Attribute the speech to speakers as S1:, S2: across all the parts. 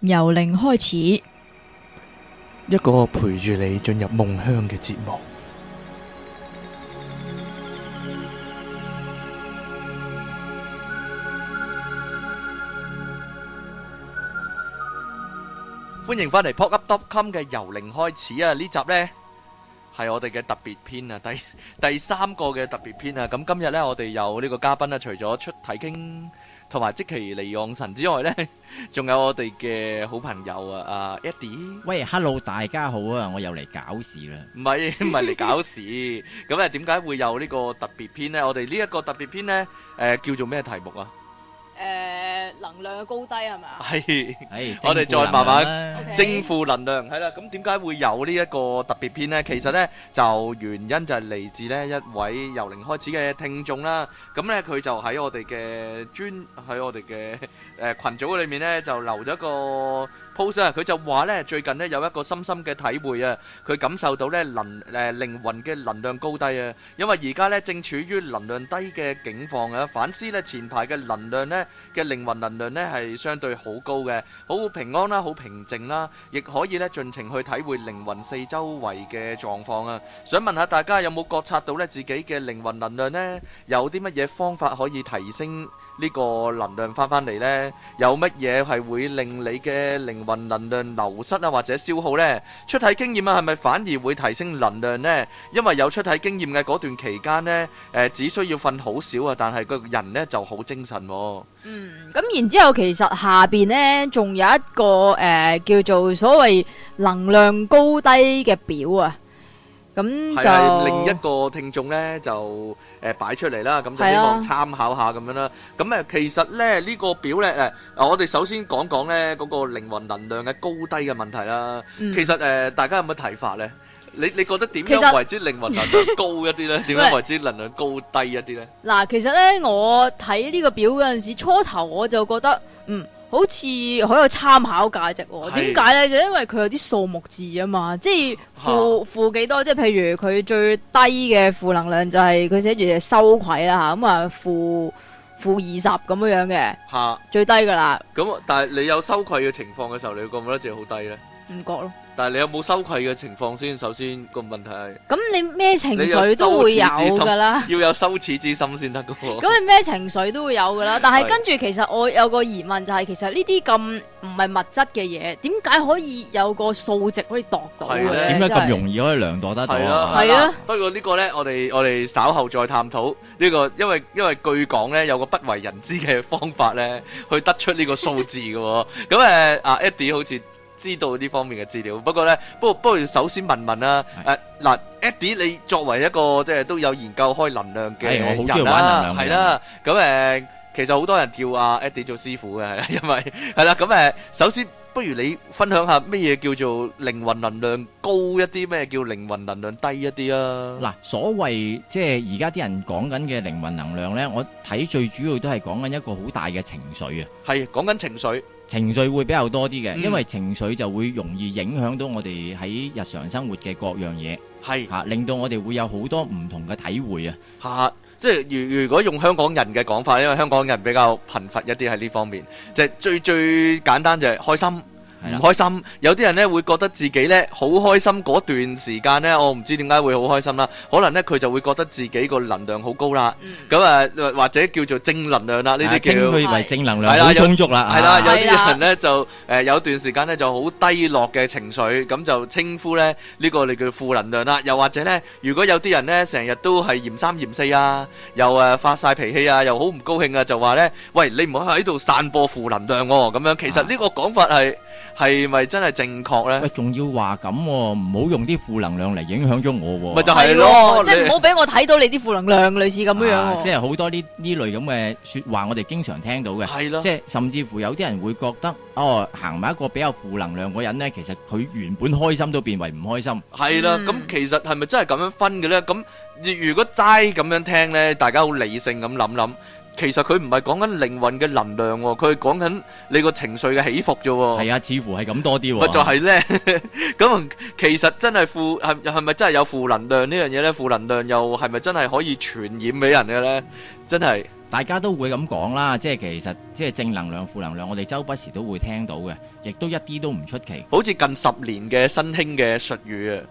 S1: 由零開始，一
S2: 一個陪住你進入夢鄉嘅節目。歡迎翻嚟 p o p u p c o m 嘅由零開始啊！呢集呢係我哋嘅特別篇啊，第第三個嘅特別篇啊。咁今日呢，我哋有呢個嘉賓啊，除咗出體傾同埋即其離岸神之外呢，仲有我哋嘅好朋友啊，阿 Eddie。
S3: 喂，hello，大家好啊！我又嚟搞事啦，
S2: 唔係 唔係嚟搞事，咁啊點解會有呢個特別篇呢？我哋呢一個特別篇呢，誒、叫做咩題目啊？
S4: 诶、能量嘅高低係咪啊？
S2: 係
S3: 唉，
S2: 我哋
S3: 征服
S2: 再慢慢
S3: 能 量啦
S4: OK
S2: 正負能量，係啦。咁點解會有呢一個特別篇呢？其實呢，就原因就係嚟自呢一位由零開始嘅聽眾啦。咁呢，佢就喺我哋嘅專喺我哋嘅誒羣組裏面呢，就留咗一個 post 啊。佢就話呢，最近呢，有一個深深嘅體會啊。佢感受到咧能誒、呃、靈魂嘅能量高低啊，因為而家咧正處於能量低嘅境況啊，反思咧前排嘅能量咧嘅靈魂能量咧係相對好高嘅，好平安啦，好平靜啦，亦可以咧盡情去體會靈魂四周圍嘅狀況啊。想問下大家有冇覺察到咧自己嘅靈魂能量呢？有啲乜嘢方法可以提升？呢個能量翻返嚟呢？有乜嘢係會令你嘅靈魂能量流失啊，或者消耗呢？出體經驗啊，係咪反而會提升能量呢？因為有出體經驗嘅嗰段期間呢，誒、只需要瞓好少啊，但係個人呢就好精神喎、
S4: 嗯，咁然之后其實下边咧仲有一個诶、呃叫做所謂能量高低嘅表啊，咁
S2: 係啊，
S4: 就
S2: 另一個聽眾呢就誒擺、出嚟啦，咁就
S4: 係啊
S2: 希望參考下咁樣啦。咁誒其實呢，呢、個表呢，誒、啊我哋首先講講呢嗰、個靈魂能量嘅高低嘅問題啦。
S4: 嗯
S2: 其實誒、呃大家有乜睇法呢？你你覺得點
S4: 其實
S2: 樣為之靈魂能量高一啲 呢？點樣為之能量高低一啲呢？
S4: 嗱，其實咧，我睇呢個表嗰阵时，初頭我就覺得，嗯，好似好有參考價值喎。
S2: 係
S4: 點解咧？就因為佢有啲數目字啊嘛，即係負負幾多？即係譬如佢最低嘅負能量就係佢寫住羞愧啦吓，咁啊負負二十咁樣樣嘅
S2: 嚇、
S4: 最低噶啦，
S2: 咁但係你有羞愧嘅情況嘅時候，你會覺唔覺得自己好低呢？
S4: 唔覺咯。
S2: 但係你有冇羞愧嘅情況先？首先個問題係
S4: 咁你咩情
S2: 你有
S4: 緒都會有
S2: 羞恥之心
S4: 噶啦。
S2: 要有羞恥之心先得嘅 喎。
S4: 咁你咩情緒都會有噶啦，但係
S2: 係
S4: 跟住其實我有個疑問就係、其實呢啲咁唔係物質嘅嘢，點解可以有個數值可以度到嘅
S2: 係咧
S4: 咧？
S3: 點解咁
S4: 易？
S3: 容易可以量度得到
S2: 係啦，
S3: 啊？
S4: 係啊。
S2: 不過呢個呢，我哋我哋稍後再探討呢、個，因為因為據講呢，有個不為人知嘅方法呢，去得出呢個數字嘅喎。 咁誒，阿 Eddie 好似知道呢方面嘅資料，不過呢，不過不過首先問問啦。誒、
S3: 係
S2: 嗱，Eddie 你作為一個即係都有研究開能量嘅
S3: 係我好中意
S2: 人
S3: 玩能
S2: 啦，
S3: 量嘅
S2: 係啦，咁呃誒、其實好多人叫阿 Eddie 做師傅嘅，係啦因為 係啦，咁誒、首先。不如你分享下咩嘢叫做靈魂能量高一啲，咩叫靈魂能量低一啲啊？
S3: 嗱，所謂即係而家啲人講緊嘅靈魂能量呢，我睇最主要都係講緊一個好大嘅情緒啊，
S2: 係講緊情緒，
S3: 情緒會比較多啲嘅，
S2: 嗯
S3: 因為情緒就會容易影響到我哋喺日常生活嘅各樣嘢
S2: 係
S3: 嚇，令到我哋會有好多唔同嘅體會啊。
S2: 嚇、即係如如果用香港人嘅講法，因為香港人比較貧乏一啲喺呢方面，就係最最簡單就係開心。
S3: 係
S2: 唔
S3: 啦，
S2: 開心，有啲人咧會覺得自己咧好開心嗰段時間咧，我唔知點解會好開心啦。可能咧佢就會覺得自己個能量好高啦，
S4: 嗯
S2: 咁啊或或者叫做正能量啦，呢
S1: 啊
S2: 啲
S3: 稱
S2: 叫
S3: 佢為正能量
S2: 係啦
S3: 好
S2: 有
S3: 充足啦，
S2: 係啦。
S3: 啊
S2: 有
S4: 係啦
S2: 啲人咧就誒、呃有段時間咧就好低落嘅情緒，咁就稱呼咧呢、個你叫負能量啦。又或者咧，如果有啲人咧成日都係嫌三嫌四啊，又誒、呃、發晒脾氣啊，又好唔高興啊，就話咧喂你唔好喺度散播負能量喎、咁樣其實呢個講法係係咪真係正確咧？
S3: 喂，仲要話咁喎，唔好用啲負能量嚟影響咗我喎。
S2: 咪就係
S4: 係
S2: 咯，
S4: 喎，即係唔
S2: 你
S4: 好俾我睇到你啲負能量，類似咁樣
S3: 啊
S4: 樣
S3: 即
S4: 喎。
S3: 係好多呢呢類咁嘅説話，我哋經常聽到嘅。
S2: 係咯，
S3: 即係甚至乎有啲人會覺得，哦，行埋一個比較負能量嘅人呢，其實佢原本開心都變為唔開心。
S2: 係啦。
S4: 嗯
S2: 咁其實係咪真係咁樣分嘅咧？咁如如果齋咁樣聽咧，大家好理性咁諗諗，其實佢唔係講緊靈魂嘅能量喎，佢係講緊你個情緒嘅起伏啫
S4: 哦
S2: 喎。
S3: 係啊，似乎係咁多啲喎。
S2: 咪就係咧， 咁其實真係負係係咪真係有負能量呢樣嘢咧？負能量又係咪真係可以傳染俾人嘅咧？真係
S1: 大家都會咁講啦，即係其實即係正能量、負能量，我哋周不時都會聽到嘅，亦都一啲都唔出奇。
S2: 好似近十年嘅新興嘅術語啊，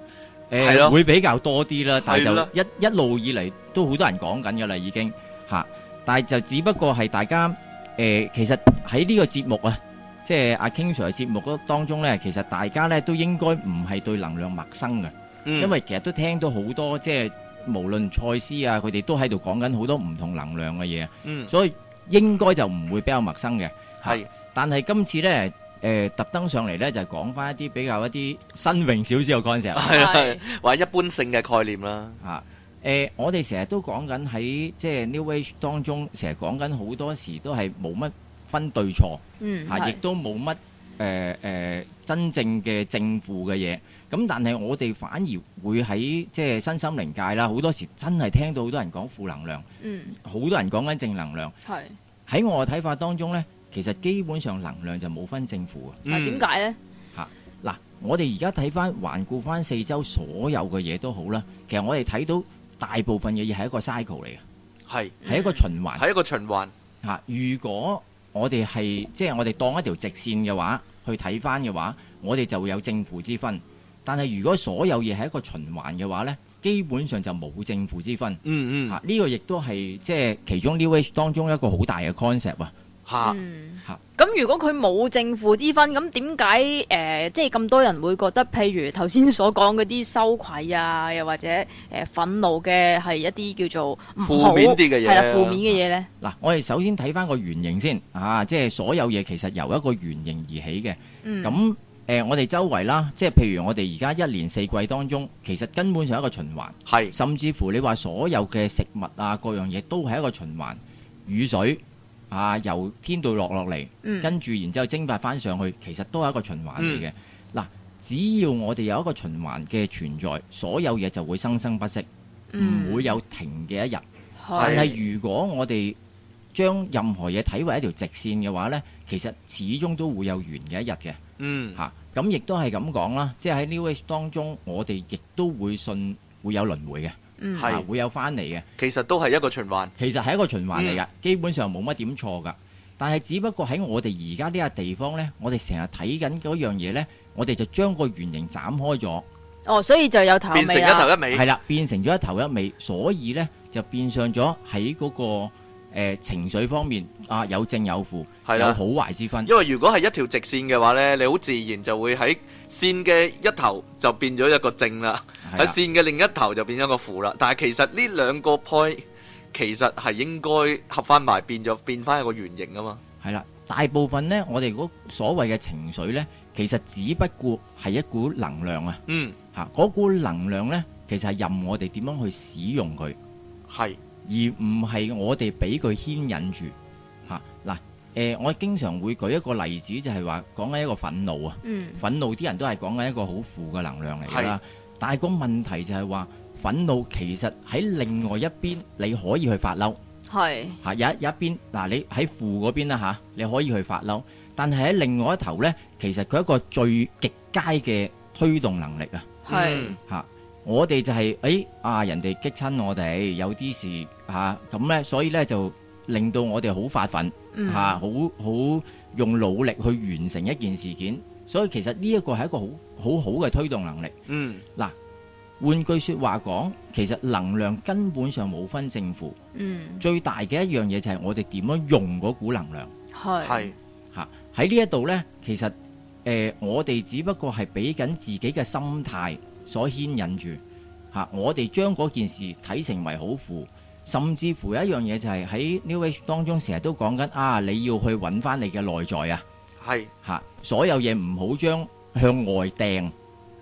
S1: 誒、
S2: 係咯
S1: 會比較多啲啦，但係
S2: 係啦
S1: 就一一路以嚟都好多人講緊㗎啦，已經嚇、但係就只不過係大家誒、其實喺呢個節目啊，即係阿 King Sir 嘅節目嗰當中呢，其實大家呢都應該唔係對能量陌生嘅。
S2: 嗯
S1: 因為其實都聽到好多即係無論賽斯啊，佢哋都喺度講緊好多唔同能量嘅嘢，
S2: 嗯
S1: 所以應該就唔會比較陌生嘅。
S2: 係
S1: 但係今次呢，誒特登上嚟呢，就係講翻一啲比較一啲新穎少少嘅 concept
S2: 係啊
S4: 係
S2: 或者一般性嘅概念啦，
S1: 嚇。誒、我哋成日都講緊喺即係 New Age 當中，成日講緊好多時都係冇乜分對錯。
S4: 嗯，
S1: 嚇，亦
S4: 係
S1: 都冇乜誒誒真正嘅正負嘅嘢。咁但係我哋反而會喺即係身心靈界啦，好多時真係聽到好多人講負能量，
S4: 嗯
S1: 好多人講緊正能量。
S4: 係，
S1: 喺我嘅睇法當中呢，其實基本上能量就冇分正負嘅。
S2: 嗯
S4: 但係啊點解咧？
S1: 嗱，我哋而家睇翻環顧翻四周所有嘅嘢都好啦，其實我哋睇到大部分嘅嘢係一個 cycle 嚟嘅，
S2: 係
S1: 係一個循環。
S2: 係一個循環，
S1: 嚇、如果我哋係即係我哋當一條直線嘅話，去睇翻嘅話，我哋就會有正負之分。但係如果所有嘢係一個循環嘅話呢，基本上就冇正負之分。
S2: 嗯
S1: 嚇、
S2: 嗯
S1: 呢、個亦都係即係其中 New Age 當中一個好大嘅 concept 啊。
S2: 嚇，
S4: 嗯
S1: 嚇
S4: 咁如果佢冇正負之分，咁點解誒，即係咁多人會覺得，譬如頭先所講嗰啲羞愧啊，又或者誒憤怒嘅係一啲叫做唔好
S2: 負面啲嘅嘢
S4: 嗯
S2: 啊
S4: 係啦，啊負面嘅嘢咧，
S1: 嗱，我哋首先睇翻個原型先啊，即係所有嘢其實由一個原型而起嘅。
S4: 嗯，
S1: 咁誒、我哋周圍啦，即係譬如我哋而家一年四季當中，其實根本上係一個循環。
S2: 係
S1: 甚至乎你話所有嘅食物啊，各樣嘢都係一個循環，雨水啊由天度落落嚟，
S4: 嗯
S1: 跟住然之後蒸發翻上去，其實都係一個循環嚟嘅。嗱、只要我哋有一個循環嘅存在，所有嘢就會生生不息，唔、
S4: 嗯
S1: 會有停嘅一日。
S4: 係
S1: 但係如果我哋將任何嘢睇為一條直線嘅話呢，其實始終都會有完嘅一日嘅。
S2: 嗯
S1: 嚇，咁亦都係咁講啦，即係喺 New Age 當中，我哋亦都會信會有輪迴嘅。
S4: 嗯
S2: 係
S1: 啊會有翻嚟嘅。
S2: 其實都係一個循環，
S1: 其實係一個循環嚟㗎，基本上冇乜點錯㗎。但係只不過喺我哋而家呢個地方呢，我哋成日睇緊嗰樣嘢呢，我哋就將個原型斬開咗，
S4: 哦，所以就有頭有
S2: 變成
S4: 尾
S2: 一頭
S4: 啦，
S2: 一尾，
S1: 係啦，變成咗一頭一尾，所以呢，就變相咗喺嗰個、呃、情緒方面啊，有正有負，
S2: 係
S1: 有
S2: 啦。
S1: 好壞之分。
S2: 因為如果係一條直線嘅話呢，你好自然就會喺線嘅一頭就變咗一個正啦，
S1: 係
S2: 喺
S1: 啦
S2: 線嘅另一頭就變咗一個負啦。但係其實呢兩個 point 其實係應該合翻埋，變咗變翻一個圓形啊嘛。
S1: 係啦，大部分呢，我哋嗰所謂嘅情緒呢，其實只不過係一股能量啊，
S2: 嗯，
S1: 嚇嗰股能量呢，其實係任我哋點樣去使用佢。
S2: 係，
S1: 而唔係我哋俾佢牽引住嚇嗱誒，我經常會舉一個例子，就係話講緊一個憤怒啊，
S4: 嗯
S1: 憤怒啲人都係講緊一個好負嘅能量嚟㗎啦。但係個問題就係話，憤怒其實喺另外一邊你可以去發嬲
S4: 係
S1: 嚇，有一有一邊嗱你喺負嗰邊啦嚇，你可以去發嬲，但係喺另外一頭呢，其實佢一個最極佳嘅推動能力啊。
S4: 係
S2: 嗯
S1: 我哋就係、哎啊，人哋激親我哋，有啲事嚇咁咧，所以咧就令到我哋好發憤嚇，
S4: 嗯
S1: 好好、用努力去完成一件事件。所以其實呢一個係一個好好好嘅推動能力。
S2: 嗯，
S1: 換句説話講，其實能量根本上冇分正負，
S4: 嗯
S1: 最大嘅一樣嘢就係我哋點樣用嗰股能量。
S4: 係
S2: 係，
S1: 喺呢一度呢，其實誒、呃我哋只不過係俾緊自己嘅心態所牽引住嚇、我哋將嗰件事睇成為好負，甚至乎有一樣嘢就係喺 New Age 當中成日都講緊啊，你要去揾翻你嘅內在啊
S2: 係，
S1: 嚇、所有嘢唔好將向外掟，而
S4: 嗯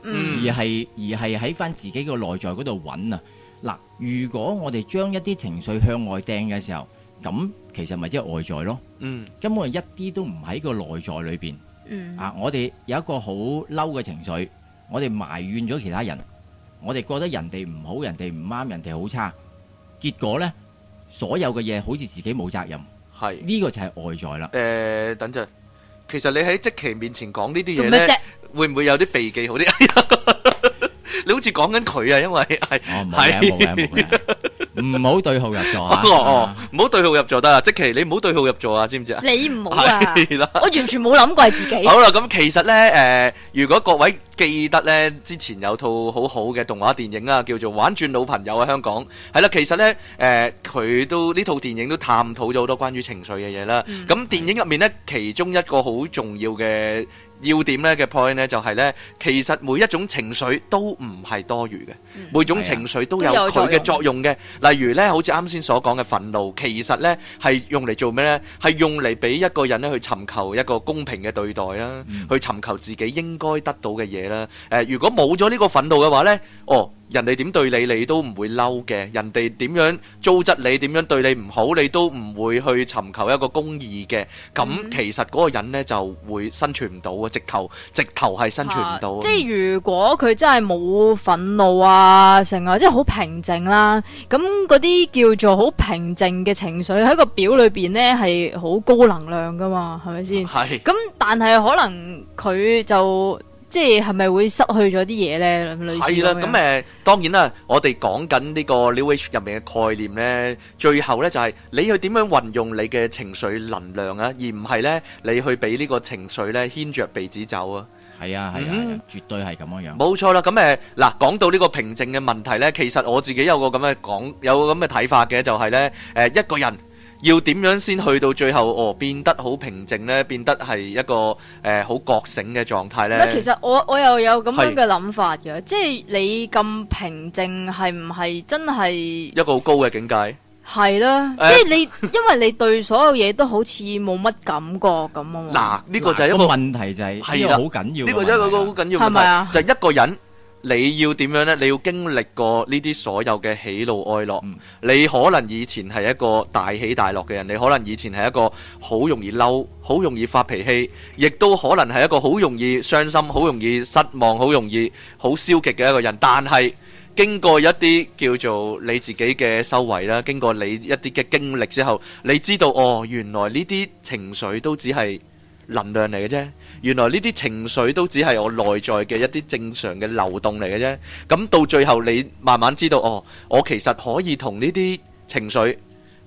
S2: 嗯
S1: 係而係喺翻自己嘅內在嗰度揾啊嗱。如果我哋將一啲情緒向外掟嘅時候，咁其實咪即係外在咯，
S2: 嗯，
S1: 根本係一啲都唔喺個內在裏邊。
S4: 嗯
S1: 啊，我哋有一個好嬲嘅情緒，我哋埋怨咗其他人，我哋覺得人哋唔好，人哋唔啱，人哋好差，結果呢，所有嘅嘢好似自己冇責任，
S2: 係。
S1: 呢、個就係外在啦。
S2: 誒，等陣，其實你喺即期面前講呢啲
S4: 做
S2: 嘢
S4: 咩
S2: 呢，
S4: 啫？
S2: 會唔會有啲避忌好 啲？你好似講緊佢啊，因為係
S1: 哦，冇嘅，
S2: 係
S1: 冇嘅，冇嘅。唔唔好對號入座啊！
S2: 哦，唔好對號入座得啦，即其你唔好對號入座啊，知唔知啊？
S4: 你唔好啊！
S2: 係啦。
S4: 我完全冇諗過係自己。
S2: 好啦，咁其實呢，誒、如果各位記得呢，之前有套好好嘅動畫電影啊，叫做《玩轉老朋友》喺香港，係啦，其實呢，誒、佢都呢套電影都探討咗好多關於情緒嘅嘢啦。
S4: 嗯
S2: 咁、電影入面呢，其中一個好重要嘅要點呢嘅 point 呢，就係、呢，其實每一種情緒都唔係多餘嘅，
S4: 嗯
S2: 每種
S1: 係啊
S2: 情緒都
S4: 都
S2: 有
S4: 有
S2: 佢嘅作
S4: 作
S2: 用嘅。例如呢，好似啱先所講嘅憤怒，其實呢係用嚟做咩呢？係用嚟俾一個人呢去尋求一個公平嘅對待啦。
S1: 嗯
S2: 去尋求自己應該得到嘅嘢啦。誒、如果冇咗呢個憤怒嘅話呢，哦，人哋點對你，你都唔會嬲嘅；人哋點樣糟質你，點樣對你唔好，你都唔會去尋求一個公義嘅。咁、
S4: 嗯
S2: 其實嗰個人呢就會生存唔到啊，直頭直頭係生存唔到啊。
S4: 即係如果佢真係冇憤怒啊，成啊，即係好平靜啦。咁嗰啲叫做好平靜嘅情緒喺個表裏边呢係好高能量噶嘛，係咪先？
S2: 係
S4: 咁但係可能佢就即係係咪會失去咗啲嘢呢？類似
S2: 係啦，咁誒、
S4: 樣
S2: 當然啦，我哋講緊呢個 New Age 入面嘅概念呢，最後呢就係、你去點樣運用你嘅情緒能量啊，而唔係呢，你去俾呢個情緒呢牽着鼻子走啊。
S1: 係啊係啊係啊，
S2: 嗯
S1: 絕對係咁樣樣。
S2: 冇錯啦，咁誒嗱，講到呢個平靜嘅問題呢，其實我自己有個咁嘅講，有個咁嘅睇法嘅，就係呢，誒、一個人要點樣先去到最後，哦變得好平靜呢，變得係一個誒好、覺醒嘅狀態
S4: 唔
S2: 呢。
S4: 係啊其實我我又有咁
S2: 係
S4: 樣嘅諗法嘅，即係你咁平靜係唔係真係
S2: 一個好高嘅境界。
S4: 係啦？
S2: 誒
S4: 即係你因為你對所有嘢都好似冇乜感覺咁啊嘛。
S2: 嗱，呢個就係一
S1: 嗱
S2: 個
S1: 問題就係
S2: 係
S1: 呢
S2: 啦
S1: 個好緊要嘅問題啊。
S2: 呢個一個好緊要
S4: 係咪啊
S2: 問題，就係一個人你要點樣呢？你要經歷過呢啲所有嘅喜怒哀樂。
S1: 嗯
S2: 你可能以前係一個大喜大樂嘅人，你可能以前係一個好容易嬲、好容易發脾氣，亦都可能係一個好容易傷心、好容易失望、好容易好消極嘅一個人。但係經過一啲叫做你自己嘅修為啦，經過你一啲嘅經歷之後，你知道哦，原來呢啲情緒都只係能量嚟嘅啫。原來呢啲情緒都只係我內在嘅一啲正常嘅流動嚟嘅啫。咁到最後你慢慢知道，哦，我其實可以同呢啲情緒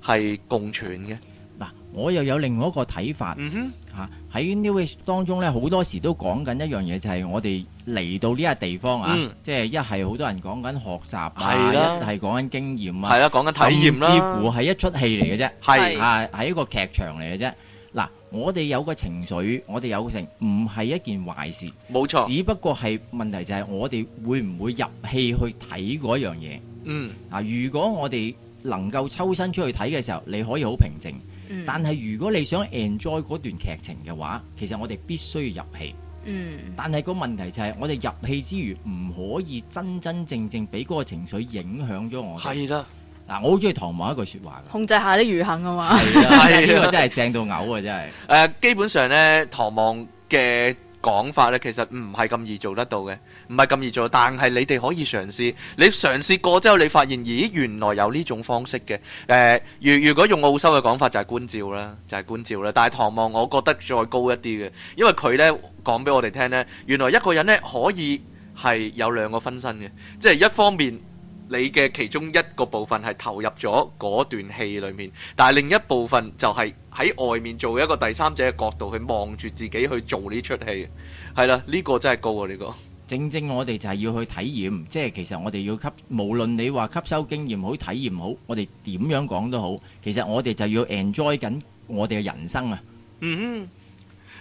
S2: 係共存嘅。
S1: 嗱，我又有另外一個睇法
S2: 嗯
S1: 嚇。喺 New Age 當中咧，好多時都講緊一樣嘢，就係我哋嚟到呢一個地方啊
S2: 嗯，
S1: 即係一係好多人講緊學習啊，
S2: 係
S1: 一
S2: 啦
S1: 係講緊經驗
S2: 哼，
S1: 啊
S2: 係，啦，講緊體驗啊
S1: 甚至乎
S2: 啦，
S1: 係一出戲嚟嘅啫。
S2: 係
S4: 係
S1: 啊，係一個劇場嚟嘅啫。嗱，我哋有個情緒，我哋有個情，唔係一件壞事，
S2: 冇錯，
S1: 只不過係問題就係我哋會唔會入戲去睇嗰樣嘢
S2: 嗯，
S1: 啊？如果我哋能夠抽身出去睇嘅時候，你可以好平靜。
S4: 嗯
S1: 但係如果你想 enjoy 嗰段劇情嘅話，其實我哋必須要入戲。
S4: 嗯
S1: 但係個問題就係我哋入戲之餘，唔可以真真正正俾嗰個情緒影響咗我哋。
S2: 係啦，
S1: 嗱，我好中意唐望一句説話㗎。
S4: 控制下啲餘行啊 嘛。
S1: 係啊，
S2: 係啊
S1: 呢個真係正到嘔啊！真係。
S2: 誒、基本上呢，唐望嘅講法呢，其實唔係咁易做得到嘅，唔係咁易做，但係你哋可以嘗試。你嘗試過之後，你發現，咦，原來有呢種方式嘅。誒、如如果用澳洲嘅講法就係觀照啦，就係、觀照啦。但係唐望，我覺得再高一啲嘅，因為佢呢講俾我哋聽呢，原來一個人呢可以係有兩個分身嘅，即係一方面。你嘅其中一個部分係投入咗嗰段戲裡面，但係另一部分就係喺外面做一個第三者嘅角度去望住自己去做呢出戲，係啦，呢、個真係高啊！呢、個
S1: 正正我哋就係要去體驗，即係其實我哋要吸，無論你話吸收經驗好、體驗好，我哋點樣講都好，其實我哋就要 enjoy 緊我哋嘅人生啊！
S2: 嗯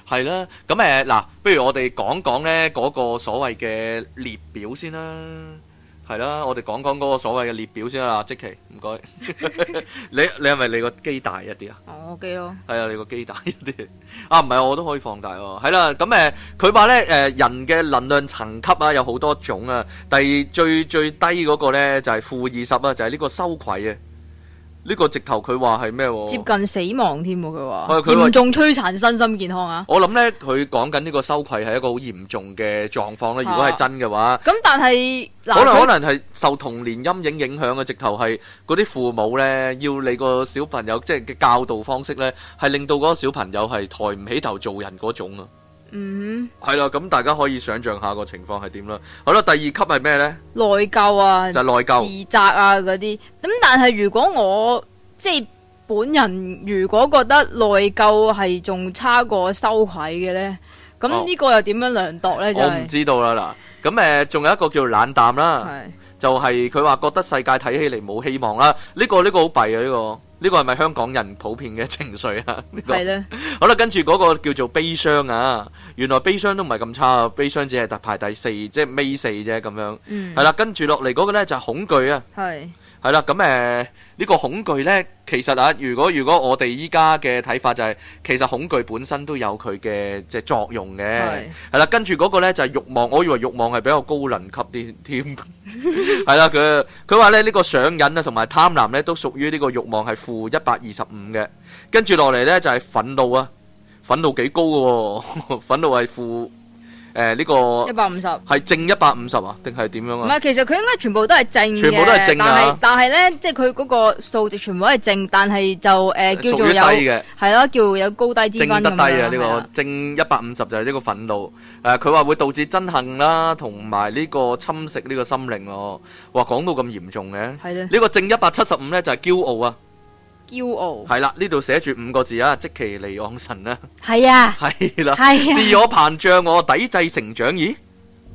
S2: 哼，係啦，咁誒嗱，不如我哋講講呢嗰個所謂嘅列表先啦。係啦，我哋講講嗰個所謂嘅列表先啦，即奇唔該， 你你係咪你個機大一啲啊？
S4: 我 OK 咯，
S2: 係啊，你個機大一啲 啊，唔係我都可以放大喎。係啦，咁誒，佢話咧誒，人嘅能量層級啊，有好多種啊。第最最低嗰個咧就係負二十啊，就係、呢個羞愧啊。呢、個直頭佢話係咩喎？
S4: 哦接近死亡添喎，佢話
S2: 係哦佢話
S4: 嚴重摧殘身心健康啊。
S2: 我諗咧，佢講緊呢個羞愧係一個好嚴重嘅狀況啦。如果係真嘅話，
S4: 咁但係嗱，
S2: 可能
S4: 佢
S2: 可能係受童年陰影影響嘅，直頭係嗰啲父母咧要你個小朋友即係嘅教導方式咧，係令到嗰個小朋友係抬唔起頭做人嗰種啊。
S4: 嗯
S2: 係啦，咁大家可以想象下個情況係點啦。好啦，第二級係咩呢？
S4: 哼，內疚啊，
S2: 就係內疚。
S4: 自責啊嗰啲。咁但係如果我即係本人，如果覺得內疚係仲差過羞愧嘅咧，
S2: 哦
S4: 咁呢個又點樣量度咧？就
S2: 我唔
S4: 係
S2: 知道啦嗱。咁誒，仲有一個叫冷淡啦，
S4: 係
S2: 就係佢話覺得世界睇起嚟冇希望啦。呢個呢個好弊啊！呢個呢個係咪香港人普遍嘅情緒啊？ 呢個
S4: 係咧，
S2: 好啦，跟住嗰個叫做悲傷啊，原來悲傷都唔係咁差啊，悲傷只係特排第四，即係尾四啫咁樣。
S4: 嗯，
S2: 係啦，跟住落嚟嗰個呢就係恐懼啊。
S4: 係
S2: 係啦，咁誒呢個恐懼呢，其實啊，如果如果我哋依家嘅睇法就係、其實恐懼本身都有佢嘅即係作用嘅。
S4: 係
S2: 係啦，跟住嗰個呢就係、慾望，我以為慾望係比較高能級啲 添。係啦，佢佢話咧呢、呢個上癮啊同埋貪婪呢都屬於呢個慾望係負一百二十五嘅，跟住落嚟呢就係、憤怒啊，憤怒幾高嘅喎、 憤怒係負誒呢個
S4: 一百五十。
S2: 係正一百五十啊，定係點樣
S4: 唔
S2: 啊？
S4: 係，其實佢應該全部都係正嘅，
S2: 全部都係正
S4: 但
S2: 啊
S4: 係但係咧，即係佢嗰個數值全部都係正，但係就誒、呃叫
S2: 屬
S4: 做
S2: 於低
S4: 有
S2: 嘅。
S4: 係咯，叫有高低之
S2: 正
S4: 分
S2: 得
S4: 咁
S2: 低啊！
S4: 樣。
S2: 呢
S4: 係
S2: 個
S4: 啊
S2: 正一百五十就係呢個憤怒。誒，佢話會導致憎恨啦，同埋呢個侵蝕呢個心靈咯。哇，講到咁嚴重嘅呢
S4: 係咧，
S2: 個正一百七十五咧就係驕傲啊，
S4: 驕傲
S2: 係啦，呢度寫住五個字啊，即其離昂神啦，
S4: 係啊，
S2: 係啦，
S4: 係啊，
S2: 自我膨脹，我抵制成長，咦，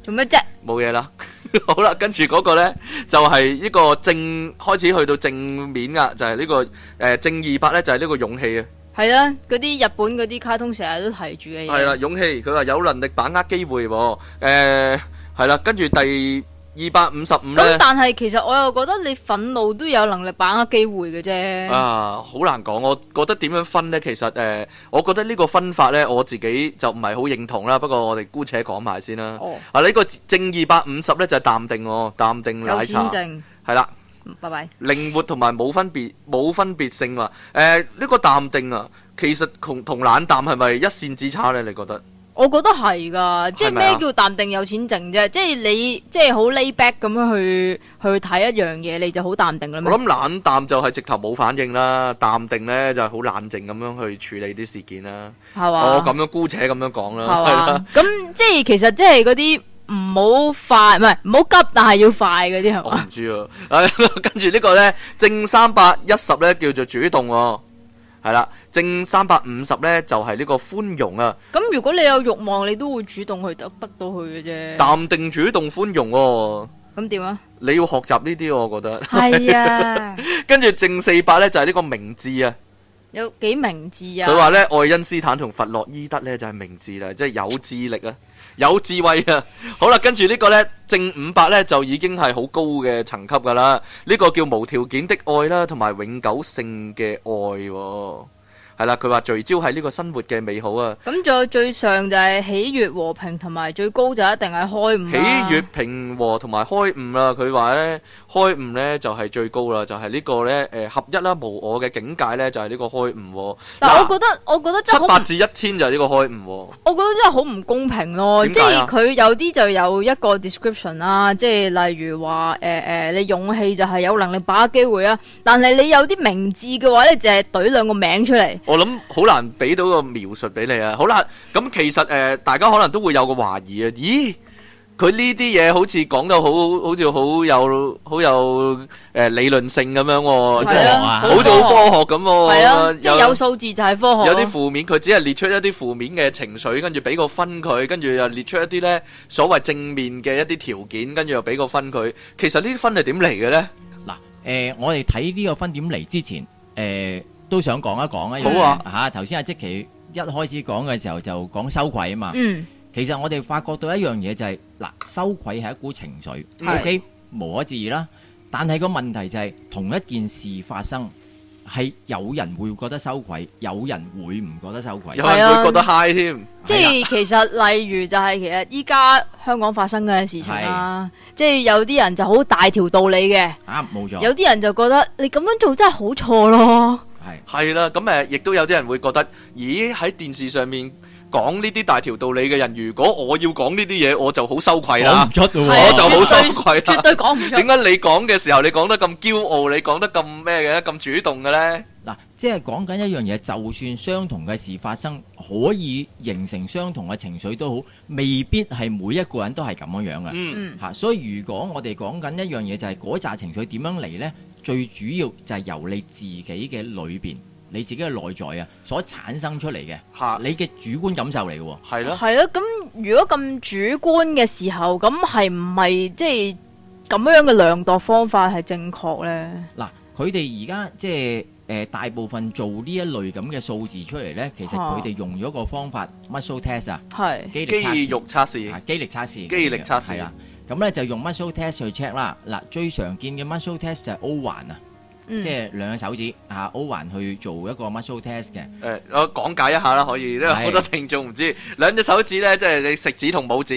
S4: 做乜啫？
S2: 冇嘢啦。 好啦，跟住嗰個咧就係呢個正開始去到正面啊，就係呢個誒正二百咧就係呢個勇氣啊。
S4: 係啦，嗰啲日本嗰啲卡通成日都提住嘅嘢。
S2: 系啦，勇氣佢話有能力把握機會喎。誒係啦，跟住第二百五十五
S4: 咁
S2: 咧
S4: 但係其實我又覺得你憤怒都有能力把握機會嘅啫。
S2: 啊，好難講。我覺得點樣分呢？其實誒、呃我覺得呢個分法呢，我自己就唔係好認同啦。不過我哋姑且講埋先啦。
S4: 哦，
S2: 啊，呢、個正二百五十呢，就係淡定喎，淡定
S4: 有
S2: 奶茶
S4: 錢剩，
S2: 係啦。
S4: 嗯拜拜。
S2: 靈活同埋冇分別冇分別性嘛？誒、呢、個淡定啊，其實同同冷淡係咪一線之差呢？你覺得？
S4: 我覺得係噶，即係
S2: 係咪啊
S4: 咩叫淡定有錢剩啫？即係你即係好 lay back 咁樣去去睇一樣嘢，你就好淡定啦嘛
S2: 我。諗冷淡就係直頭冇反應啦，淡定呢就係好冷靜咁樣去處理啲事件啦。
S4: 係嘛？
S2: 哦我咁樣姑且咁樣講啦，係
S4: 係
S2: 啦
S4: 嘛。？咁即係其實即係嗰啲唔好快，唔係唔好急，但係要快嗰啲係
S2: 我
S4: 嘛？
S2: 唔知啊。 跟住呢個呢，正三百一十呢叫做主動喎，係啦，正三百五十呢就係呢個寬容啊，
S4: 咁如果你有慾望，你都會主動去得得到佢嘅啫。
S2: 淡定主動寬容喎。
S4: 咁點啊？
S2: 你要學習呢啲喎，我覺得。
S4: 係啊，
S2: 跟住正四百呢就係呢個明智啊。
S4: 有幾明智啊？
S2: 佢話呢，愛因斯坦同弗洛伊德呢就係明智啦，即係有智力啊，有智慧啊。好啦，跟住呢個呢，正五百呢就已經係好高嘅層級噶啦。呢、個叫無條件的愛啦，同埋永久性嘅愛喎。係啦，佢話聚焦喺呢個生活嘅美好啊，
S4: 咁仲有最上就係喜悅和平，同埋最高就一定係開啊悟
S2: 喜
S4: 啦
S2: 悅、平和同埋開悟啦。佢話呢，開悟呢就係、最高啦，就係、呢個呢誒、呃合一啦無我嘅境界呢，就係、呢個開悟喎。
S4: 但我
S2: 嗱
S4: 覺得，我覺得真
S2: 七
S4: 係好
S2: 百
S4: 唔，
S2: 至一千就係呢個開悟喎。
S4: 我覺得真係好唔公平咯。
S2: 點
S4: 即
S2: 解啊
S4: 係佢有啲就有一個 description 啦，即係例如話誒誒，你勇氣就係有能力把握機會啊。但係你有啲明智嘅話咧，就係懟兩個名出嚟。
S2: 我諗好難俾到個描述俾你啊。好啦，咁其實誒、呃大家可能都會有個懷疑啊。咦，佢呢啲嘢好似講到好，好似好有好有誒、呃理論性咁樣
S3: 科
S2: 喎、即
S4: 係
S2: 係
S3: 學
S4: 啊
S3: 啊
S2: 好似好科學咁喎、
S4: 係啊，即係有
S2: 有
S4: 數字就係科學咯。啊
S2: 有啲負面，佢只係列出一啲負面嘅情緒，跟住俾個分佢，跟住又列出一啲呢所謂正面嘅一啲條件，跟住又俾個分佢。其實呢啲分係點嚟嘅呢？
S3: 嗱，誒、我哋睇呢個分點嚟之前，誒、都想講一講啊。
S2: 好啊
S3: 嚇頭先阿即奇一開始講嘅時候就講羞愧啊嘛。
S4: 嗯
S3: 其實我哋發覺到一樣嘢就係、嗱，羞愧係一股情緒
S4: 係
S3: ，OK，無可置疑啦。但係個問題就係、同一件事發生，係有人會覺得羞愧，有人會唔覺得羞愧。
S2: 有
S4: 係
S2: 人
S4: 啊
S2: 會覺得 high 添，
S1: 啊
S4: 即係其實例如就係其實依家香港發生嘅事情啦，即係有啲人就好大條道理嘅，
S3: 啱冇
S1: 哦
S3: 錯，
S4: 有啲人就覺得你咁樣做真係好錯咯。
S3: 係
S2: 係啦，咁誒，亦都有啲人會覺得，咦喺電視上面講呢啲大條道理嘅人，如果我要講呢啲嘢，我就好羞愧
S3: 講
S2: 啦
S3: 唔，出嘅
S2: 我
S4: 係啊
S3: 喎，
S2: 就好羞愧
S4: 絕
S2: 啦。
S4: 對講唔出
S2: 點。解你講嘅時候，你講得咁驕傲，你講得咁咩嘅，咁主動嘅呢？
S1: 嗱，即係講緊一樣嘢，就算相同嘅事發生，可以形成相同嘅情緒都好，未必係每一個人都係咁樣樣嘅。
S2: 嗯，
S4: 嗯，
S1: 嚇、所以如果我哋講緊一樣嘢，就係嗰扎情緒點樣嚟呢？最主要就係由你自己嘅裏邊，你自己嘅內在啊，所產生出嚟嘅，
S4: 啊
S2: 吓，
S1: 你嘅主觀感受嚟嘅喎。
S2: 係咯，
S4: 係咯。咁如果咁主觀嘅時候，咁係唔係即係咁樣嘅量度方法係正確咧？
S1: 嗱，佢哋而家即係誒、呃大部分做呢一類咁嘅數字出嚟呢，其實
S4: 啊
S1: 佢哋用咗個方法 muscle test 啊，
S4: 係
S1: 肌力測
S2: 肌
S1: 試
S2: 肉測試
S1: 啊，肌力測試，
S2: 肌力測試
S1: 係啦。咁咧就用 muscle test 去 check 啦。嗱，最常見嘅 muscle test 就係 O 環啊，
S4: 嗯
S1: 即係兩隻手指啊 O 環去做一個 muscle test 嘅。
S2: 誒，我講解一下啦，可以，因為
S1: 係
S2: 好多聽眾唔知兩隻手指呢，即係你食指同拇指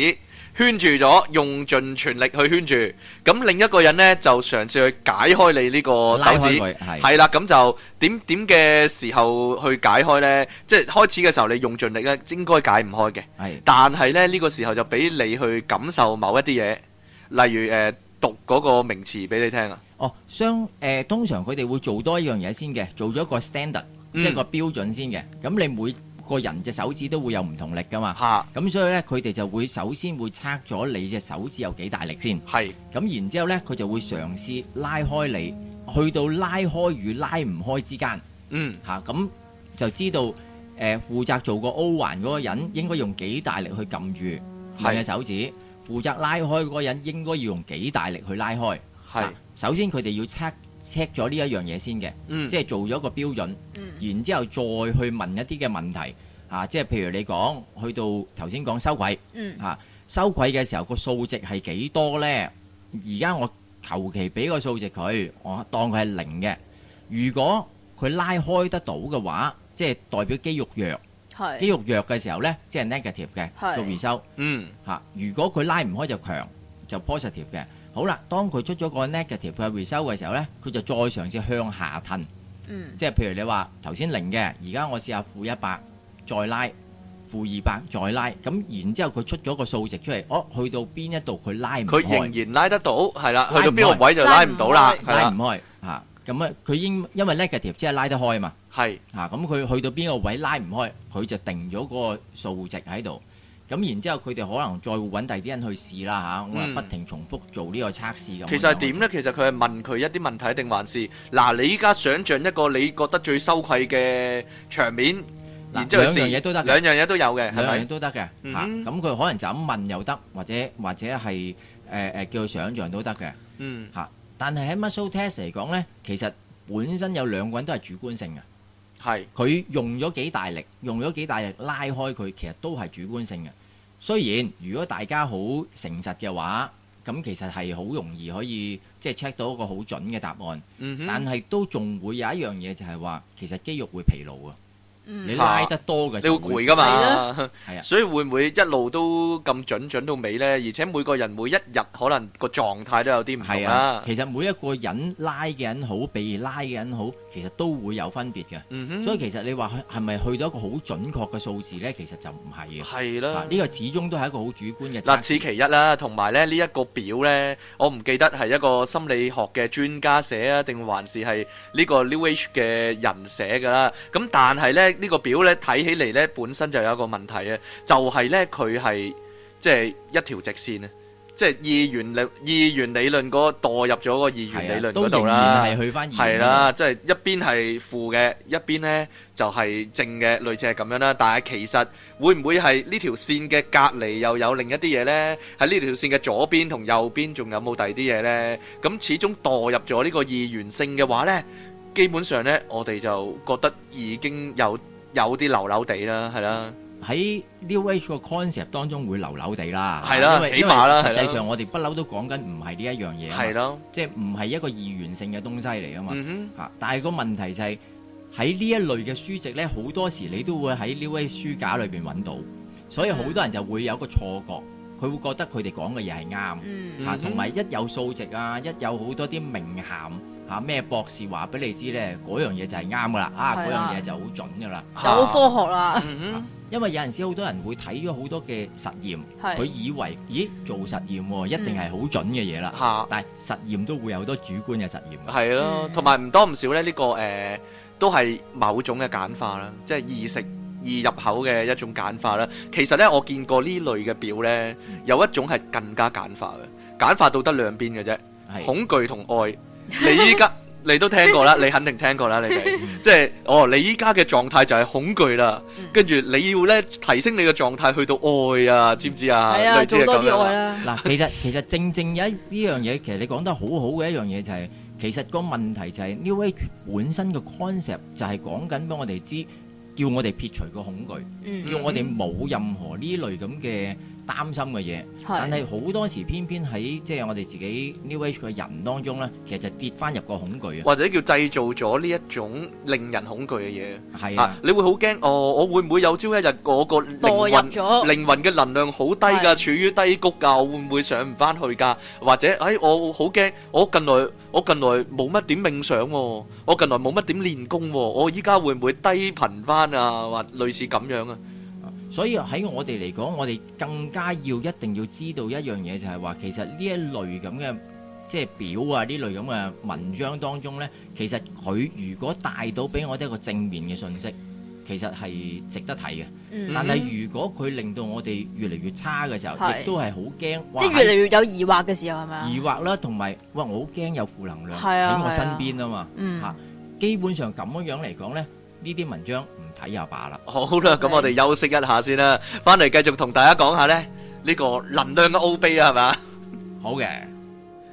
S2: 圈住咗，用盡全力去圈住。咁另一個人呢，就嘗試去解開你呢個
S1: 拉
S2: 哦手
S1: 開
S2: 指。
S1: 佢係
S2: 係啦，咁就點點嘅時候去解開呢？即係開始嘅時候，你用盡力呢，應該解唔開嘅。
S1: 係
S2: 但係咧呢、呢個時候就俾你去感受某一啲嘢，例如誒、呃、讀嗰個名詞俾你聽啊。
S1: 哦，相誒、呃通常佢哋會做多一樣嘢先嘅，做咗個 standard，
S2: 嗯
S1: 即係個標準先嘅。咁你每個人隻手指都會有唔同力噶嘛。
S2: 嚇，
S1: 咁所以咧，佢哋就會首先會測咗你隻手指有幾大力先。
S2: 係
S1: 咁然之後呢，佢就會嘗試拉開你，去到拉開與拉唔開之間。
S2: 嗯
S1: 嚇，咁、就知道誒、呃、負責做個 O 環嗰個人應該用幾大力去撳住
S2: 係
S1: 你嘅手指，負責拉開嗰個人應該要用幾大力去拉開。
S2: 係
S1: 嗱首先佢哋要 check check 咗呢一樣嘢先嘅，
S2: 嗯
S1: 即係做咗個標準，
S4: 嗯
S1: 然之後再去問一啲嘅問題啊，即係譬如你講去到頭先講羞愧。
S4: 嗯
S1: 收愧嘅時候個數值係幾多呢？而家我求其俾個數值佢，我當佢係零嘅。如果佢拉開得到嘅話，即係代表肌肉弱。肌
S4: 係
S1: 肉弱嘅時候呢，即係 negative 嘅
S4: 係
S1: 個回收
S2: 嗯
S1: 嚇。如果佢拉唔開就強，就 positive 嘅。好啦，當佢出咗個 negative 嘅回收嘅時候呢，佢就再嘗試向下褪。
S4: 嗯
S1: 即係譬如你話頭先零嘅，而家我試下負一百，再拉負二百，再拉，咁然之後佢出咗個數值出嚟，哦，去到邊一度佢拉唔
S2: 佢仍
S1: 開，
S2: 然拉得到，係啦，去
S1: 拉
S2: 到
S1: 唔
S2: 邊個位就拉唔到啦，係
S1: 拉唔
S2: 啦，
S1: 開嚇，咁啊佢應因為 negative 即係拉得開嘛，
S2: 係
S1: 嚇咁佢去到邊個位拉唔開，佢就定咗個數值喺度。咁然之後，佢哋可能再會揾第啲人去試啦嚇，咁
S2: 嗯
S1: 啊不停重複做呢個測試咁。
S2: 其實係點呢？其實佢係問佢一啲問題，定還是嗱？你依家想像一個你覺得最羞愧嘅場面，
S1: 嗱
S2: 然之後
S1: 兩樣
S2: 試
S1: 嘢都得嘅
S2: 兩樣嘢都有嘅，嗯係
S1: 兩樣
S2: 咪？
S1: 都得嘅嚇，
S2: 嗯
S1: 嚇咁佢可能就咁問又得，或者或者係誒誒叫佢想像都得嘅。
S2: 嗯，
S1: 但係喺 muscle test 嚟講呢，其實本身有兩個人都係主觀性嘅，
S2: 係
S1: 佢用咗幾大力，用咗幾大力拉開佢，其實都係主觀性嘅。雖然如果大家好誠實嘅話，咁其實係好容易可以即係 check 到一個好準嘅答案，
S2: 嗯
S1: 但
S2: 哼，
S1: 係都仲會有一樣嘢就係話，其實肌肉會疲勞啊，你
S4: 嗯
S1: 拉得多嘅
S2: 你
S1: 時
S2: 會
S1: 候
S2: 攰噶嘛？
S1: 係啊
S2: 所以會唔會一路都咁準準到尾呢？而且每個人每一日可能個狀態都有啲唔同
S1: 係
S2: 啦
S1: 啊，。其實每一個人拉嘅人好，被拉嘅人好，其實都會有分別嘅。
S2: 嗯哼，
S1: 所以其實你話係係咪去到一個好準確嘅數字呢？其實就唔係嘅。
S2: 係
S1: 啊
S2: 啦。
S1: 呢個始終都係一個好主觀嘅
S2: 嗱，
S1: 測
S2: 此
S1: 試。
S2: 其一啦，同埋咧呢一個表呢，我唔記得係一個心理學嘅專家寫啊，定還是係呢個 New Age 嘅人寫㗎啦。咁但係呢，呢、個表呢，睇起嚟呢，本身就有一個問題啊，就係、呢，佢係即係一條直線啊，即係二元理二元理論嗰墮入咗個二元
S1: 係
S2: 理
S1: 啊
S2: 論
S1: 都
S2: 嗰度
S1: 仍
S2: 啦。
S1: 然係去翻二
S2: 係啦，即係一邊係負嘅，一邊呢就係正嘅，類似係咁樣啦。但係其實會唔會係呢條線嘅隔離又有另一啲嘢呢？喺呢條線嘅左邊同右邊仲有冇第二啲嘢呢？咁始終墮入咗呢個二元性嘅話呢，基本上呢，我哋就覺得已經有有啲流流地啦，係啦，
S1: 喺 New Age 個 concept 當中會流流地啦。
S2: 係啦
S1: 因為
S2: 起碼啦
S1: 因為
S2: 係
S1: 實
S2: 啦
S1: 際上我哋不嬲都講緊唔係呢一樣嘢啊
S2: 係
S1: 嘛，
S2: 咯，
S1: 即係唔係一個二元性嘅東西嚟啊嘛。
S2: 嗯
S1: 嚇、但係個問題就係喺呢一類嘅書籍呢，好多時你都會喺 New Age 書架裏邊揾到，所
S2: 嗯
S1: 以好多人就會有個錯覺，佢會覺得佢哋講嘅嘢係啱。嚇，
S4: 嗯
S2: 嗯哼
S1: 啊同埋一有數值啊，一有好多啲名銜嚇咩博士話俾你知咧，嗰樣嘢就係啱噶啦，啊
S4: 係
S1: 嗰
S4: 啦
S1: 樣嘢就好準噶啦。
S2: 哼，
S4: 就好科學啦，
S2: 嗯
S1: 因為有陣時好多人會睇咗好多嘅實驗，佢
S4: 係嗯
S1: 以為咦做實驗喎、一定係好準嘅嘢啦
S2: 哼，。嚇。
S1: 但係實驗都會有好多主觀嘅實驗㗎。
S2: 係咯，
S4: 嗯
S2: 同埋唔多唔少咧，呢個誒都係某種嘅簡化啦，即係易食易入口嘅一種簡化啦。其實呢，我見過呢類嘅表呢，有一種係更加簡化嘅，簡化到得兩邊嘅啫。
S3: 係
S2: 恐懼同愛，你依 家你都聽過啦，你肯定聽過啦，你哋即係哦，你依家嘅狀態就係恐懼啦
S4: 嗯，
S2: 跟住你要咧提升你嘅狀態去到愛啊，知唔知啊？
S4: 係啊，
S2: 類似係
S4: 做多
S2: 咁樣
S4: 啲愛啦，
S3: 嗱， 其實其實正正有一呢樣嘢，其實你講得好好嘅一樣嘢就係、其實個問題就係 New Age 本身嘅 concept 就係講緊俾我哋知，叫我哋撇除個恐懼，
S4: 嗯，
S3: 叫我哋冇任何呢類咁嘅擔心嘅嘢。但
S4: 係
S3: 係好多時偏偏喺即係我哋自己 New Age 嘅人當中咧，其實就跌翻入個恐懼啊，
S2: 或者叫製造咗呢一種令人恐懼嘅嘢
S3: 係
S2: 啊
S3: 啊，！
S2: 你會好驚哦，我會唔會有朝一日我個靈
S4: 墮入
S2: 魂
S4: 咗，
S2: 靈魂嘅能量好低㗎，
S4: 係
S2: 處於低谷㗎，我會唔會上唔翻去㗎？或者，哎，我好驚，我近來我近來冇乜點冥想喎，我近來冇乜點練功喎，我依家會唔會低頻翻啊？或類似咁樣啊？
S3: 所以喺我哋嚟講，我哋更加要一定要知道一樣嘢，就係話其實呢一類咁嘅即係表啊，呢類咁嘅文章當中呢，其實佢如果帶到俾我哋一個正面嘅信息，其實係值得睇嘅。
S4: 嗯
S3: 但係如果佢令到我哋越嚟越差嘅時候，
S4: 係
S3: 亦都係好驚，哇
S4: 即係越嚟越有疑惑嘅時候係咪啊？
S3: 疑惑啦，同埋哇我好驚有負能量
S4: 係啊
S3: 喺我
S4: 係啊
S3: 身邊啊嘛。
S4: 嗯，
S3: 嚇基本上咁樣樣嚟講呢，呢啲文章唔睇也罷啦。
S2: 好啦，咁
S4: 係
S2: 我哋休息一下先啦，翻嚟繼續同大家講下咧呢個能量嘅奧秘啊，係咪啊？
S3: 好嘅。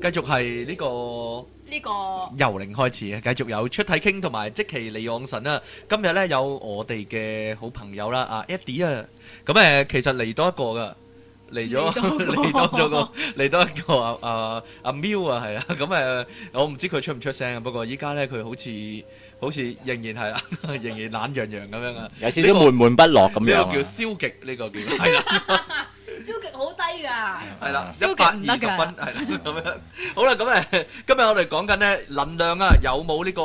S2: 繼續係呢個。
S4: 呢個
S2: 由零開始啊，繼續有出體傾同埋即其利昂神啊。今日咧有我哋嘅好朋友啦，啊 Eddie 啊，咁誒其實嚟多一個噶，嚟咗
S4: 嚟 多
S2: 嚟
S4: 一個
S2: 多咗個嚟多一個啊啊阿 Miu 啊，係啊，咁誒我唔知佢出唔出聲啊，不過依家咧佢好似好似仍然係啦， 仍然懶洋洋咁樣啊，
S1: 有少少悶悶不樂咁
S2: 呢
S1: 樣
S2: 個
S1: 啊
S2: 叫消極，呢個叫 係啦。
S4: 消極好低㗎，
S1: 啊
S2: 係啦，一
S4: 消
S2: 百
S4: 極
S2: 二
S4: 唔
S2: 十
S4: 得
S2: 分
S4: 㗎
S2: 係啦，咁樣好啦，咁誒，今日我哋講緊咧能量啊，有冇呢個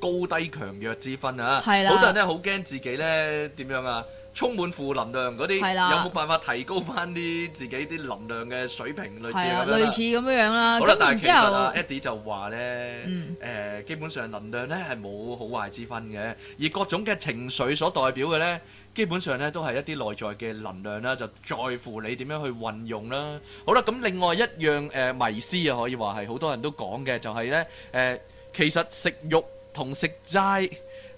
S2: 高低強弱之分啊？
S4: 係啦
S2: 好多人咧好驚自己咧點樣啊，充滿負能量嗰啲，
S4: 係啦
S2: 有冇辦法提高翻啲自己啲能量嘅水平類似
S4: 係啊
S2: 咁，樣
S4: 類
S2: 啦
S4: 似咁樣樣啦。
S2: 好啦
S4: 咁，
S2: 但係
S4: 然
S2: 其
S4: 之
S2: 實啊
S4: 後，
S2: ，Eddie 就話咧。
S4: 嗯，
S2: 誒、基本上能量咧係冇好壞之分嘅，而各種嘅情緒所代表嘅咧，基本上咧都係一啲內在嘅能量啦，就在乎你點樣去運用啦。好啦，咁另外一樣誒、呃迷思啊，可以話係好多人都講嘅，就係咧誒，其實食肉同食齋。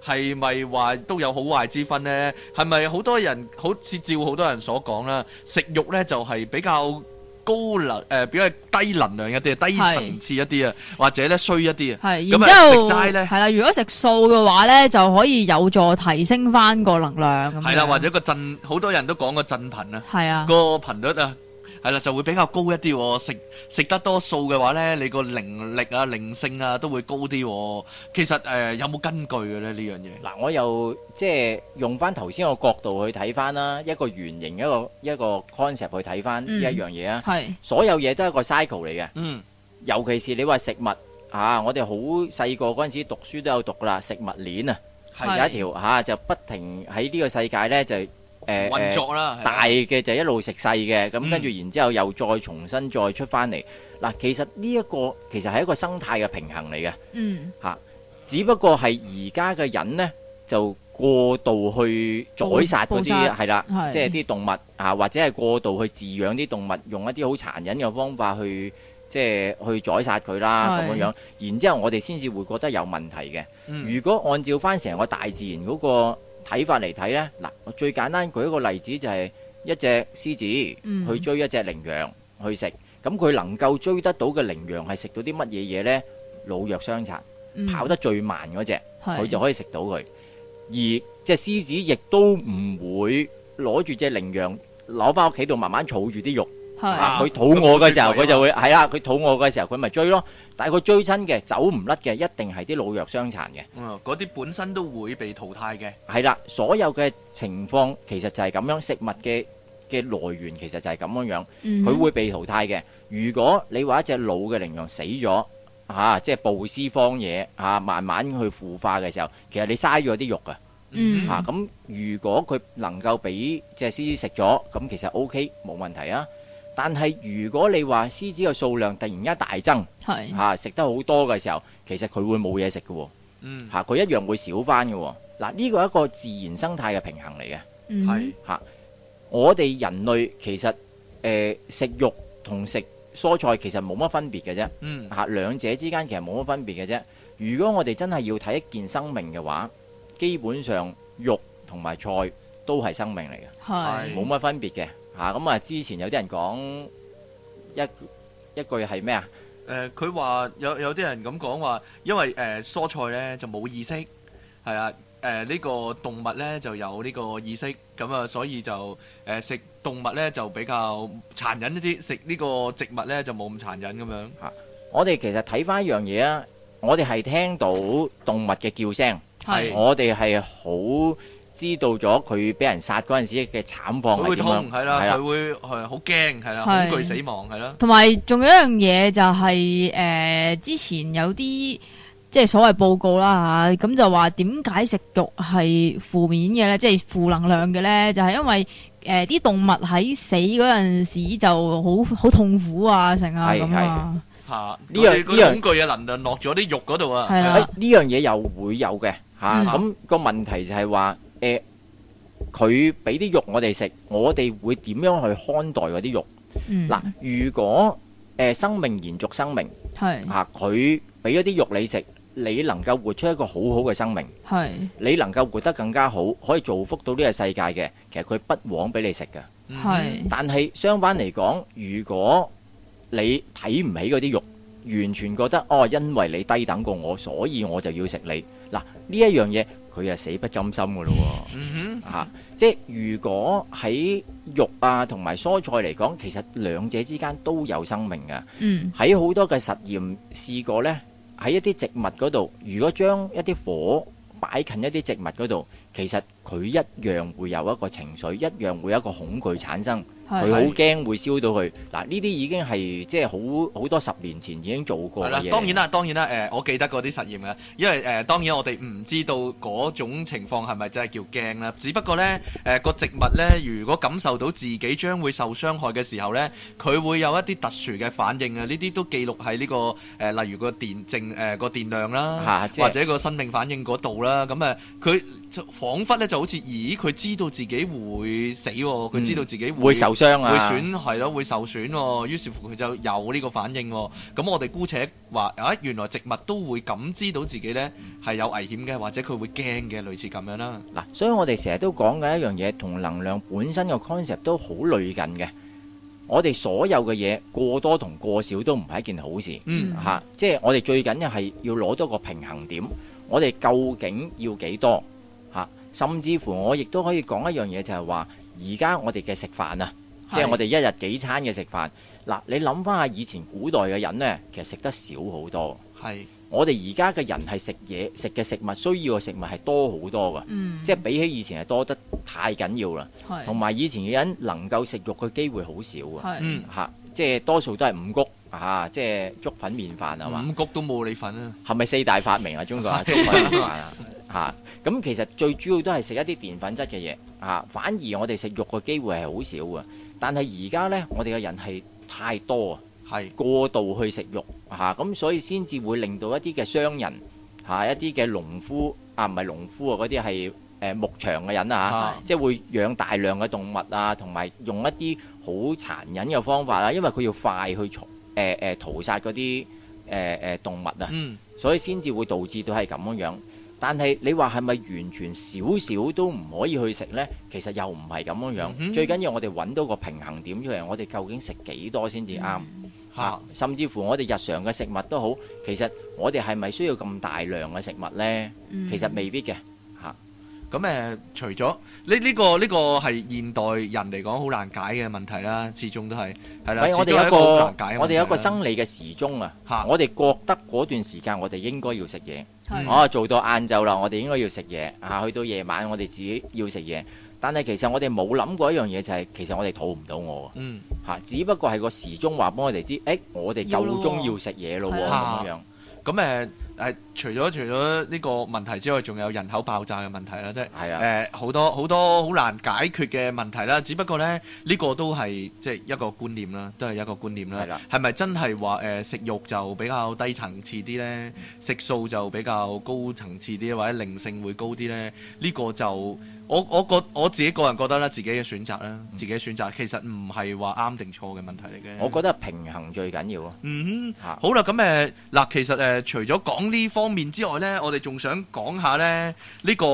S2: 係咪話都有好壞之分呢？係咪好多人好似照好多人所講啦，食肉呢就係、比較高能誒、呃比較低能量一啲，低
S4: 係
S2: 層次一啲啊，或者呢衰一啲啊。
S4: 係，
S2: 咁啊
S4: 然之後
S2: 食齋呢
S4: 係啦。如果食素嘅話咧，就可以有助提升翻個能量咁樣。
S2: 係啦，或者個振，好多人都講個振頻啊，
S4: 係啊，
S2: 個頻率啊，係啦，就會比較高一啲喎。食食得多素嘅話咧，你個靈力啊、靈性啊都會高啲喎。其實誒有冇根據嘅咧呢樣嘢？
S1: 嗱，我又即係用翻頭先個角度去睇翻啦，一個圓形一個一個 concept 去睇翻呢
S4: 嗯
S1: 一樣嘢啊。
S4: 係
S1: 所有嘢都係一個 cycle 嚟嘅，
S2: 嗯，
S1: 尤其是你話食物啊，我哋好細個嗰陣時讀書都有讀噶啦，食物鏈啊，
S4: 係
S1: 有一條嚇、啊就不停喺呢個世界咧就誒誒
S2: 運作
S4: 啊
S2: 啦，係啦
S1: 大嘅就一路食細嘅，咁
S2: 嗯
S1: 跟住然之後又再重新再出翻嚟。嗱，其實呢一個其實係一個生態嘅平衡嚟嘅。
S4: 嗯
S1: 只不過係而家嘅人呢，就過度去宰殺嗰
S4: 捕捕
S1: 啲
S4: 殺嗯
S1: 係啦
S4: 係，
S1: 即係啲動物啊，或者係過度去飼養啲動物，用一啲好殘忍嘅方法去即係去宰殺佢啦
S4: 係
S1: 咁樣樣，然之後我哋先至會覺得有問題嘅。
S2: 嗯
S1: 如果按照翻成個大自然嗰個睇法嚟睇呢，嗱，我最簡單舉一個例子就係一隻獅子
S4: 嗯
S1: 去追一隻羚羊去食，咁佢能夠追得到嘅羚羊係食到啲乜嘢嘢呢？老弱傷殘，
S4: 嗯
S1: 跑得最慢嗰只。
S4: 係
S1: 佢就可以食到佢。而只獅子亦都唔會攞住只羚羊攞翻屋企度慢慢儲住啲肉。
S4: 係
S1: 啊
S2: 啊
S1: 佢肚餓嘅時候，
S2: 佢冇雪櫃啊嘛
S1: 佢就會係啦。佢肚餓嘅時候，佢咪追咯。但係佢追親嘅走唔甩嘅，一定係啲老弱傷殘嘅。
S2: 嗯嗰啲本身都會被淘汰嘅。
S1: 係啦，所有嘅情況其實就係咁樣，食物嘅嘅來源其實就係咁樣樣。
S4: 嗯
S1: 佢會被淘汰嘅。如果你話一隻老嘅羚羊死咗，啊，即係暴屍荒野啊，慢慢去腐化嘅時候，其實你嘥咗啲肉啊。
S4: 嗯
S1: 嚇咁、如果佢能夠俾只獅子食咗，咁其實 O K 冇問題啊。但係如果你話獅子嘅數量突然間大增
S4: 係
S1: 嚇，食、得好多嘅時候，其實佢會冇嘢食嘅喎
S2: 嗯，
S1: 嚇，佢一樣會少翻嘅喎。嗱，呢個係一個自然生態嘅平衡嚟嘅。
S4: 嗯
S2: 係
S1: 我哋人類其實誒、呃食肉同食蔬菜其實冇乜分別嘅啫。
S2: 嗯
S1: 嚇，兩者之間其實冇乜分別嘅啫。如果我哋真係要睇一件生命嘅話，基本上肉同埋菜都係生命嚟嘅，
S4: 係
S2: 嗯
S1: 冇乜分別嘅嚇。咁啊，之前有啲人講一一句係咩啊？
S2: 嗯誒，佢話有有啲人咁講話，因為誒蔬菜咧就冇意識，係啊，誒呢個動物咧就有呢個意識，咁啊，所以就誒食動物咧就比較殘忍一啲，食呢個植物咧就冇咁殘忍咁樣。
S1: 我哋其實睇翻一樣嘢啊，我哋係聽到動物嘅叫聲，
S4: 係
S1: 我哋係好知道咗佢俾人殺嗰陣時嘅慘況
S2: 佢
S1: 係
S2: 會
S1: 點
S2: 痛
S1: 樣，
S2: 係啦，
S1: 係啊啦
S2: 佢會係好驚係啦，
S4: 係
S2: 恐懼死亡係啦。
S4: 同埋仲有一樣嘢就係、呃之前有啲即係所謂報告啦嚇，咁、就話點解食肉係負面嘅咧，即係負能量嘅咧，就係、因為呃誒啲、動物喺死嗰陣時就好好痛苦啊，成啊
S1: 係
S4: 咁啊，
S2: 嚇！呢
S1: 樣
S2: 個
S1: 呢樣
S2: 恐懼嘅能量落咗啲肉嗰度啊。
S4: 係啦
S1: 誒呢樣嘢又會有嘅嚇，
S4: 嗯
S1: 咁、個問題就係話誒，佢俾啲肉我哋食，我哋會點樣去看待嗰啲肉？
S4: 嗯，
S1: 嗱、如果誒、呃生命延續生命
S4: 係
S1: 嚇，佢俾咗啲肉你食，你能夠活出一個好好嘅生命，
S4: 係
S1: 你能夠活得更加好，可以造福到呢個世界嘅，其實佢不枉俾你食嘅。
S2: 嗯
S4: 係
S1: 但係相反嚟講，如果你睇唔起嗰啲肉，完全覺得哦，因為你低等過我，所以我就要食你。嗱，呢一樣嘢佢係死不甘心噶 咯喎。
S2: 嗯
S1: 嚇、即係如果喺肉啊同埋蔬菜嚟講，其實兩者之間都有生命嘅。
S4: 嗯
S1: 喺好多嘅實驗試過呢，喺一啲植物嗰度，如果將一啲火擺近一啲植物嗰度，其實佢一樣會有一個情緒，一樣會有一個恐懼產生。佢好
S4: 係
S1: 驚會燒到佢。嗱，呢啲已經係即係好好多十年前已經做過
S2: 係
S1: 嘅
S2: 啦
S1: 嘢。，
S2: 當然，啦，當然啦，誒、我記得嗰啲實驗嘅，因為誒、當然我哋唔知道嗰種情況係咪真係叫驚啦，只不過呢，誒、個植物呢，如果感受到自己將會受傷害嘅時候呢，佢會有一啲特殊嘅反應啊，呢啲都記錄喺呢、個誒、例如個電靜誒、個電量啦。
S1: 嚇，即
S2: 或
S1: 係
S2: 者個生命反應嗰度啦，咁誒佢就彷彿咧就好似，咦佢知道自己會死喎，佢知道自己
S1: 會受傷啊。
S2: 會損係咯，會受損喎、於是乎佢就有呢個反應喎、咁我哋姑且話啊，原來植物都會感知到自己呢係有危險嘅，或者佢會驚嘅，類似咁樣啦。
S1: 嗱，所以我哋成日都講嘅一樣嘢，同能量本身個 concept 都好類近嘅。我哋所有嘅嘢過多同過少都唔係一件好事。
S2: 嗯
S4: 嗯
S1: 嚇、即係我哋最緊要係要攞多個平衡點，我哋究竟要幾多嚇、甚至乎我亦都可以講一樣嘢，就係話而家我哋嘅食飯啊，即係我哋一日幾餐嘅食飯。嗱，你諗翻下以前古代嘅人呢，其實食得少好多。
S2: 係
S1: 我哋而家嘅人係食嘢食嘅食物需要嘅食物係多好多㗎，
S4: 嗯
S1: 即係比起以前係多得太緊要啦。
S4: 係
S1: 同埋以前嘅人能夠食肉嘅機會好少㗎。
S4: 係
S2: 嗯，
S1: 嚇、即係多數都係五谷啊，即係粥粉麵飯係嘛？
S2: 五谷都冇你份啊。
S1: 係咪四大發明啊？中國啊，中國嘅飯啊，嚇咁其實最主要都係食一啲澱粉質嘅嘢嚇，反而我哋食肉嘅機會係好少嘅。但係而家呢，我哋嘅人係太多啊，
S2: 係
S1: 過度去食肉嚇，咁、所以先至會令到一啲嘅商人嚇、一啲嘅農夫啊，唔係農夫啊，嗰啲係誒牧場嘅人啊嚇。
S2: 啊，
S1: 即係會養大啊量嘅動物啊，同埋用一啲好殘忍嘅方法啦，因為佢要快去儲誒誒屠殺嗰啲誒誒動物啊，
S2: 嗯，
S1: 所以先至會導致到係咁樣樣。但係你話係咪完全少少都唔可以去食呢？其實又唔係咁樣樣。
S2: 嗯哼
S1: 最緊要我哋揾到個平衡點出嚟，我哋究竟食幾多先至啱？
S2: 嗯
S1: 啊
S2: 嚇，
S1: 甚至乎我哋日常嘅食物都好，其實我哋係咪需要咁大量嘅食物呢？
S4: 嗯
S1: 其實未必嘅。
S2: 咁誒，除咗呢呢個呢個係現代人嚟講好難解嘅問題啦，始終都係係啦，
S1: 喂，
S2: 始
S1: 我哋
S2: 終係
S1: 有
S2: 一個
S1: 一個
S2: 好難解嘅問題啦
S1: 我哋有一個生理嘅時鐘啊，
S2: 嚇
S1: 我哋覺得嗰段時間我哋應該要食嘢。
S4: 係
S2: 嗯
S1: 我啊做到晏晝啦，我哋應該要食嘢啊，去到夜晚我哋自己要食嘢。但係其實我哋冇諗過一樣嘢就係、其實我哋肚唔到餓
S2: 嗯
S1: 嚇、啊只不過係個時鐘話俾我哋知，誒、我哋
S4: 要
S1: 夠
S4: 咯喎
S1: 鐘要食嘢咯喎
S4: 係
S2: 啊
S1: 咁樣。
S2: 咁誒誒，除咗除咗呢個問題之外，仲有人口爆炸嘅問題啦，即係。
S1: 係啊，
S2: 誒好多好多好難解決嘅問題啦，只不過呢，呢個都係即係一個觀念啦，都係一個觀念
S1: 係
S2: 啦
S1: 啦。
S2: 係咪真係話誒食肉就比較低層次啲呢？食素就比較高層次啲，或者靈性會高啲呢？呢個就我我覺我自己個人覺得啦，自己嘅選擇
S1: 嗯
S2: 啦，自己嘅選擇其實唔係話啱定錯嘅問題嚟嘅。
S1: 我覺得平衡最緊要咯
S2: 嗯哼
S1: 嚇，
S2: 好啦，咁誒嗱，其實誒、呃除咗講呢方面之外呢，我哋仲想講下呢呢、個誒、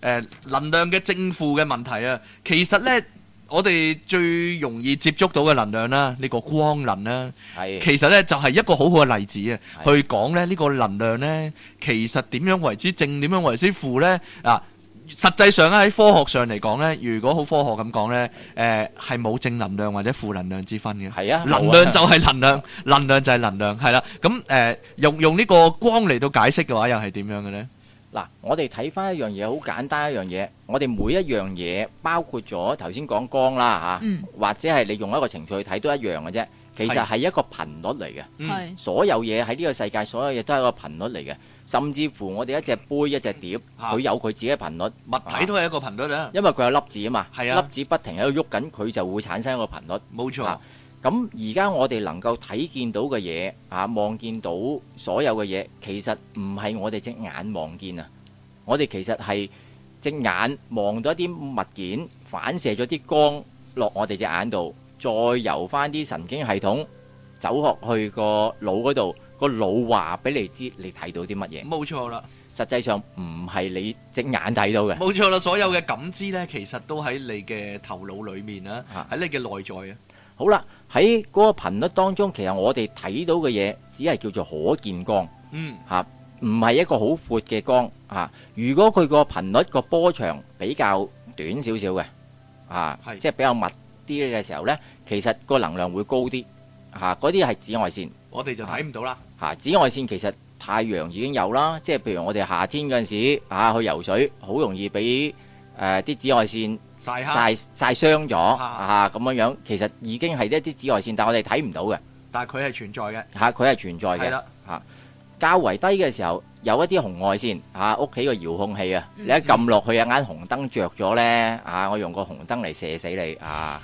S2: 呃能量嘅正負嘅問題啊。其實呢，我哋最容易接觸到嘅能量啦，呢、個光能啦，
S1: 係
S2: 其實呢就係、一個好好嘅例子啊，
S1: 係
S2: 去講呢呢、個能量呢，其實點樣為之正，點樣為之負呢？啊！實際上咧喺科學上嚟講呢，如果好科學咁講呢，誒係冇正能量或者負能量之分嘅。
S1: 係啊，
S2: 能
S1: 冇啊
S2: 量就係能量，能量就係能量，係啦。咁誒、呃用用呢個光嚟到解釋嘅話，又係點樣嘅呢？
S1: 嗱，我哋睇翻一樣嘢，好簡單一樣嘢。我哋每一樣嘢，包括咗頭先講光啦嚇，
S4: 嗯
S1: 或者係你用一個情緒去睇都一樣嘅啫。其實
S2: 係
S1: 係一個頻率嚟嘅，
S2: 嗯
S4: 係
S1: 所有嘢喺呢個世界，所有嘢都係一個頻率嚟嘅。甚至乎我哋一隻杯、一隻碟，
S2: 啊
S1: 佢有佢自己嘅頻率，
S2: 物體都係一個頻率啦，
S1: 因為佢有粒子啊嘛。
S2: 係啊
S1: 粒子不停喺度喐緊，佢就會產生一個頻率。
S2: 冇錯
S1: 啊。咁而家我哋能夠睇見到嘅嘢啊，望見到所有嘅嘢，其實唔係我哋隻眼望見啊，我哋其實係隻眼望到一啲物件，反射咗啲光落我哋隻眼度，再由翻啲神經系統走落去個腦嗰度，個腦話俾你知你睇到啲乜嘢，
S2: 冇錯啦，
S1: 實際上唔係你隻眼睇到嘅，
S2: 冇錯啦，所有嘅感知呢，其實都喺你嘅頭腦裏面啦，
S1: 啊
S2: 喺你嘅內在啊。
S1: 好啦，喺嗰個頻率當中，其實我哋睇到嘅嘢只係叫做可見光。
S2: 嗯，
S1: 唔係一個好闊嘅光啊。如果佢個頻率個波長比較短少少嘅啊
S2: 係，
S1: 即係比較密啲嘅時候呢，其實個能量會高啲嚇。嗰啲係紫外線
S2: 我哋就睇唔到啦。
S1: 嚇、啊紫外線其實太陽已經有啦，即係譬如我哋夏天嗰陣時啊去游水，好容易俾誒啲紫外線
S2: 曬黑，
S1: 曬曬傷咗
S2: 啊
S1: 啊咁樣樣，其實已經係一啲紫外線，但我哋睇唔到嘅
S2: 但係佢係存在嘅。
S1: 嚇，佢、係存在
S2: 係
S1: 嘅。
S2: 啦，
S1: 較為低嘅時候，有一啲紅外線啊，屋企個遙控器啊，
S4: 嗯
S1: 你一撳落去啊，眼紅燈着咗呢，啊，我用個紅燈嚟射死你啊！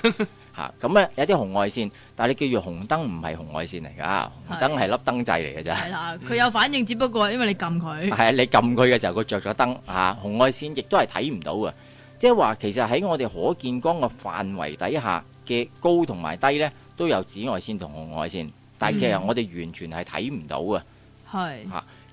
S1: 嚇咁咧有啲紅外線，但係你叫做紅燈唔係紅外線嚟㗎，啊紅燈係粒燈掣嚟嘅 咋。
S4: 係啦，佢有反應，只不過係因為你撳佢，
S1: 係啊，你撳佢嘅時候，佢着咗燈啊，紅外線亦都係睇唔到嘅。即係話其實喺我哋可見光嘅範圍底下嘅高同埋低呢，都有紫外線同紅外線，但係其實
S4: 嗯
S1: 我哋完全係睇唔到嘅。
S4: 係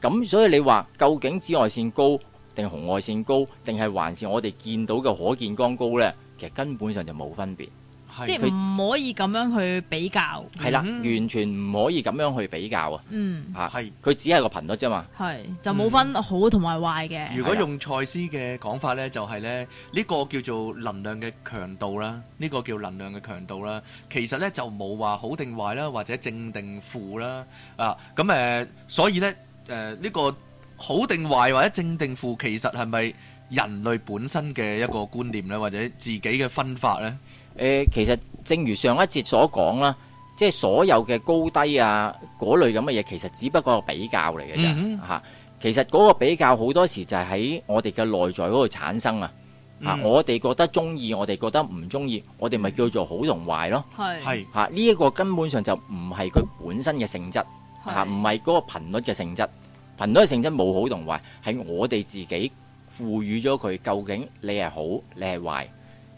S1: 咁所以你話究竟紫外線高定紅外線高，定係還是我哋見到嘅可見光高呢？其實根本上就冇分別，
S2: 係
S4: 即係唔可以咁樣去比較。
S1: 係啦，
S2: 嗯
S1: 完全唔可以咁樣去比較啊！
S4: 嗯，
S1: 嚇，
S2: 係
S1: 佢只係個頻率啫嘛，
S4: 係就冇分好同埋壞嘅。
S2: 如果用賽斯嘅講法呢，就係呢，呢個叫做能量嘅強度啦，呢個叫能量嘅強度啦。其實呢，就冇話好定壞啦，或者正定負啦。啊，咁誒、呃所以呢，誒、呢個好定壞或者正定負，其實係咪人類本身嘅一個觀念呢，或者自己嘅分法呢？
S1: 誒、呃其實正如上一節所講啦，即係所有嘅高低啊嗰類咁嘅嘢，其實只不過係比較嚟嘅啫嚇。
S2: 嗯
S1: 其實嗰個比較好多時就係喺我哋嘅內在嗰度產生啊。啊
S2: 嗯，
S1: 我哋覺得中意，我哋覺得唔中意，我哋咪叫做好同壞咯。
S4: 係
S2: 係
S1: 嚇，啊呢一個根本上就唔係佢本身嘅性質，嚇，唔
S4: 係
S1: 係嗰個頻率嘅性質。頻率嘅性質冇好同壞，係我哋自己賦予咗佢。究竟你係好，你係壞，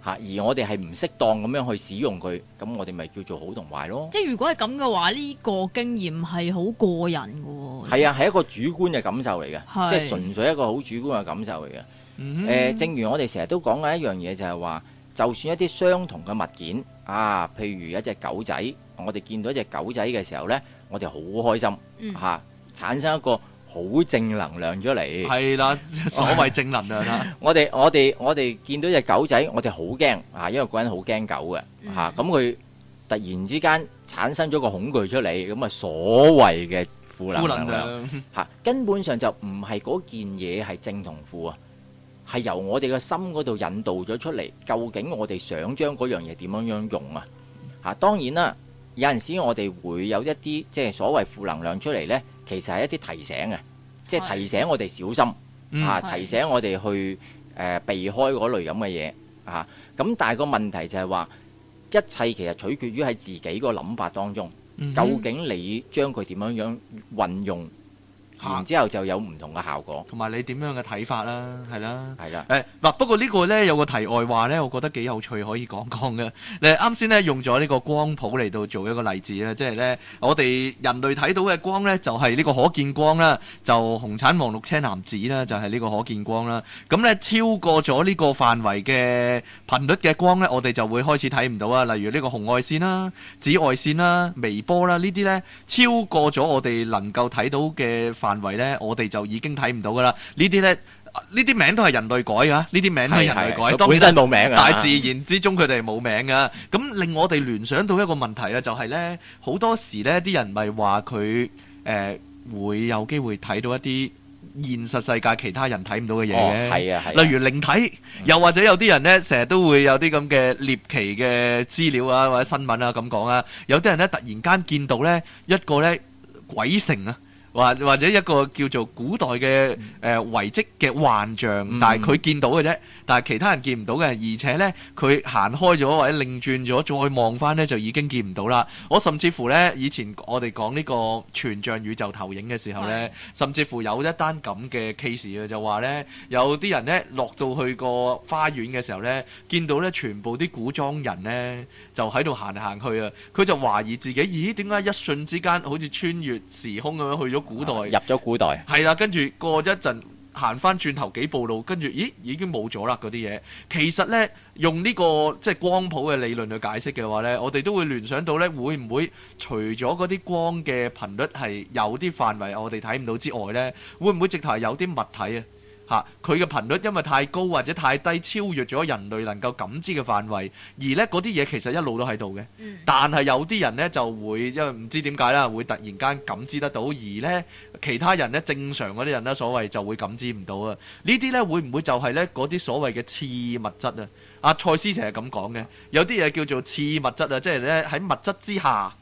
S1: 嚇，而我哋係唔適當咁樣去使用佢，咁我哋咪叫做好同壞咯。
S5: 即係如果係咁嘅話，呢、個經驗係好過人嘅喎。
S1: 係啊，係一個主觀嘅感受嚟
S5: 係
S1: 嘅，即係純粹一個好主觀嘅感受嚟嘅。
S2: 嗯
S1: 誒、呃正如我哋成日都講緊一樣嘢，就係話，就算一啲相同嘅物件啊，譬如一隻狗仔，我哋見到一隻狗仔嘅時候呢，我哋好開心嚇、
S5: 嗯
S1: 啊產生一個好正能量出嚟。
S2: 係啦，所謂正能量啦。啊
S1: 我哋我哋我哋見到只狗仔，我哋好驚啊，因為個人好驚狗嘅
S5: 嗯
S1: 嚇，咁佢、突然之間產生咗個恐懼出嚟，咁啊所謂嘅 負能量啦。嚇、根本上就唔係嗰件嘢係正同負啊，係由我哋嘅心嗰度引導咗出嚟。究竟我哋想將嗰樣嘢點樣樣用啊？嚇、當然啦，有陣時我哋會有一啲即係所謂負能量出嚟呢，其實係一啲提醒嘅，即係
S5: 係
S1: 提醒我哋小心。
S2: 嗯
S1: 啊，
S5: 係
S1: 提醒我哋去誒、呃避開嗰類咁嘅嘢啊。咁但係個問題就係話，一切其實取決於喺自己個諗法當中，
S2: 嗯哼
S1: 究竟你將佢點樣樣運用，
S2: 嚇
S1: 然之後就有唔同嘅效果，
S2: 同埋你點樣嘅睇法啦，係啦。
S1: 係啦。
S2: 誒嗱，不過呢個呢，有個題外話呢，我覺得幾有趣，可以講講嘅。你啱先呢，用咗呢個光譜嚟到做一個例子啦，啊即係呢，我哋人類睇到嘅光呢，就係、呢個可見光啦，就紅橙黃綠青藍紫啦，就係、呢個可見光啦。咁呢，超過咗呢個範圍嘅頻率嘅光呢，我哋就會開始睇唔到啊。例如呢個紅外線啦、紫外線啦、微波啦呢啲呢，超過咗我哋能夠睇到嘅範圍呢，我哋就已經睇唔到噶啦。呢啲呢。呢啲名都係人類改㗎，呢啲名都係人類改。
S1: 佢
S2: 當
S1: 本
S2: 然
S1: 身冇名啊，
S2: 大自然之中佢哋係冇名噶，咁令我哋聯想到一個問題啊，就係呢好多時呢啲人咪話佢誒會有機會睇到一啲現實世界其他人睇唔到嘅嘢
S1: 哦
S2: 嘅。
S1: 係啊，係啊
S2: 例如靈體，又或者有啲人呢，成日都會有啲咁嘅獵奇嘅資料啊，或者新聞啊咁講啊。有啲人呢，突然間見到呢一個呢鬼城啊，或或者一個叫做古代嘅誒、呃、遺跡嘅幻象，
S1: 嗯
S2: 但係佢見到嘅啫，但係其他人見唔到嘅。而且呢，佢行開咗或者擰轉咗，再望翻呢，就已經見唔到啦。我甚至乎呢，以前我哋講呢個全像宇宙投影嘅時候呢，甚至乎有一單咁嘅 case 啊嘅，就話呢。有啲人呢落到去個花園嘅時候呢，見到呢全部啲古裝人呢就喺度行嚟行去啊！佢就懷疑自己，咦？點解一瞬之間好似穿越時空咁樣去咗古代？
S1: 入咗古代，
S2: 係啦，跟住過一陣行翻轉頭幾步路，跟住咦已經冇咗啦嗰啲嘢。其實呢，用呢、個即係光譜嘅理論去解釋嘅話呢，我哋都會聯想到呢，會唔會除咗嗰啲光嘅頻率係有啲範圍我哋睇唔到之外呢，會唔會直頭係有啲物體啊？嚇佢嘅頻率因為太高或者太低，超越咗人類能夠感知嘅範圍，而呢嗰啲嘢其實一路都喺度嘅。
S5: 嗯
S2: 但係有啲人呢就會因為唔知點解啦，會突然間感知得到，而呢其他人呢，正常嗰啲人呢，所謂就會感知唔到啊。呢啲呢會唔會就係呢嗰啲所謂嘅次物質啊？阿賽斯成日咁講嘅，有啲嘢叫做次物質啊，即係呢喺物質之下。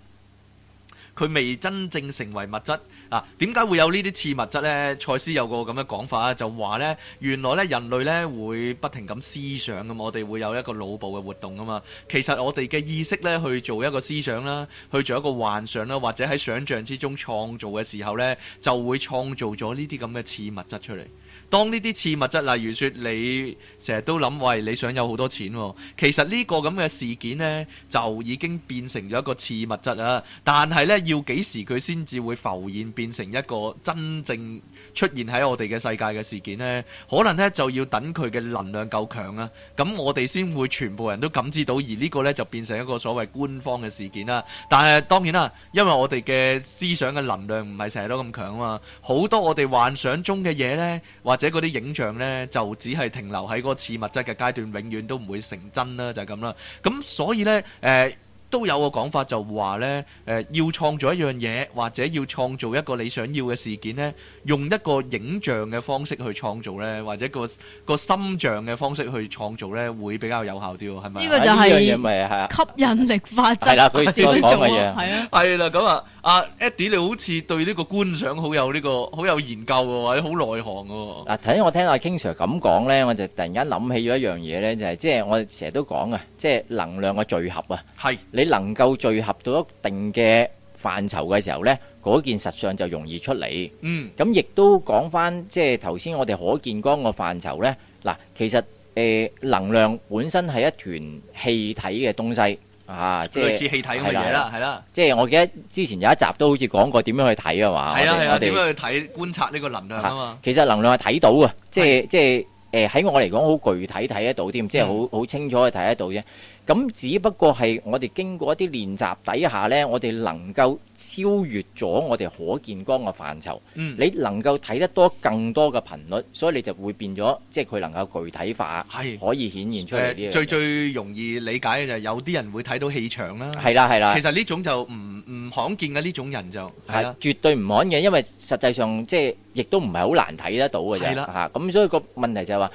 S2: 佢未真正成為物質啊？點解會有呢啲次物質呢？賽斯有個咁嘅講法啊，就話呢，原來呢人類呢會不停咁思想噶嘛，我哋會有一個腦部嘅活動噶嘛。其實我哋嘅意識呢，去做一個思想啦，去做一個幻想啦，或者喺想像之中創造嘅時候呢，就會創造咗呢啲咁嘅次物質出嚟。當呢啲次物質，例如說你成日都諗，喂，你想有好多錢喎、其實呢個咁嘅事件呢，就已經變成咗一個次物質啊。但係呢，要幾時佢先至會浮現變成一個真正出現喺我哋嘅世界嘅事件呢？可能呢，就要等佢嘅能量夠強啊，咁我哋先會全部人都感知到，而呢個呢，就變成一個所謂官方嘅事件啦。但係當然啦，因為我哋嘅思想嘅能量唔係成日都咁強啊嘛，好多我哋幻想中嘅嘢呢，或者嗰啲影像呢，就只係停留喺嗰個次物質嘅階段，永遠都唔會成真啦，就係咁啦。咁所以呢，誒、都有個講法就話呢，誒、要創造一樣嘢或者要創造一個你想要嘅事件呢，用一個影像嘅方式去創造呢，或者個個心像嘅方式去創造呢，會比較有效啲喎，係咪啊？
S5: 呢個就
S1: 啊呢樣
S5: 係
S1: 嘢咪係啊，
S5: 吸引力法則
S1: 係啦佢
S5: 點樣
S1: 所講
S5: 做
S1: 嘅
S5: 啊？
S1: 嘢
S5: 係啊，
S2: 系啦，咁啊，阿 Eddie 你好似對呢個觀賞好有呢、個好有研究喎，或者好內行喎。
S1: 嗱，頭先我聽阿 King Sir 咁講呢，我就突然間諗起咗一樣嘢呢，就係即係我哋成日都講啊，即係能量嘅聚合啊。
S2: 係
S1: 你能夠聚合到一定嘅範疇嘅時候呢，嗰件實相就容易出嚟。
S2: 嗯
S1: 咁亦都講翻，即係頭先我哋可見光個範疇呢。嗱，其實誒、能量本身係一團氣體嘅東西啊，即
S2: 類
S1: 係
S2: 似氣體咁嘅嘢啦，係啦，
S1: 即係我記得之前有一集都好似講過點樣去睇啊嘛，
S2: 係
S1: 我
S2: 啊
S1: 哋
S2: 係啊，
S1: 我
S2: 點
S1: 哋
S2: 樣去睇觀察呢個能量啊嘛？
S1: 其實能量係睇到嘅，即係即係誒喺我嚟講好具體睇得到添，即
S2: 嗯
S1: 係好好清楚去睇得到啫。咁只不過係我哋經過一啲練習底下呢，我哋能夠超越咗我哋可見光嘅範疇，
S2: 嗯，
S1: 你能夠睇得多更多嘅頻率，所以你就會變咗，即係佢能夠具體化，
S2: 係
S1: 可以顯現出嚟呢
S2: 誒
S1: 樣
S2: 最
S1: 嘢。
S2: 最容易理解嘅就係有啲人會睇到氣場啦。
S1: 係啦係啦
S2: 其。實呢種就唔唔罕見嘅呢種人就係啊
S1: 係
S2: 啦，
S1: 絕對唔罕嘅，因為實際上即係亦都唔係好難睇得到嘅
S2: 係
S1: 啫
S2: 啦
S1: 嚇。咁、所以個問題就係話，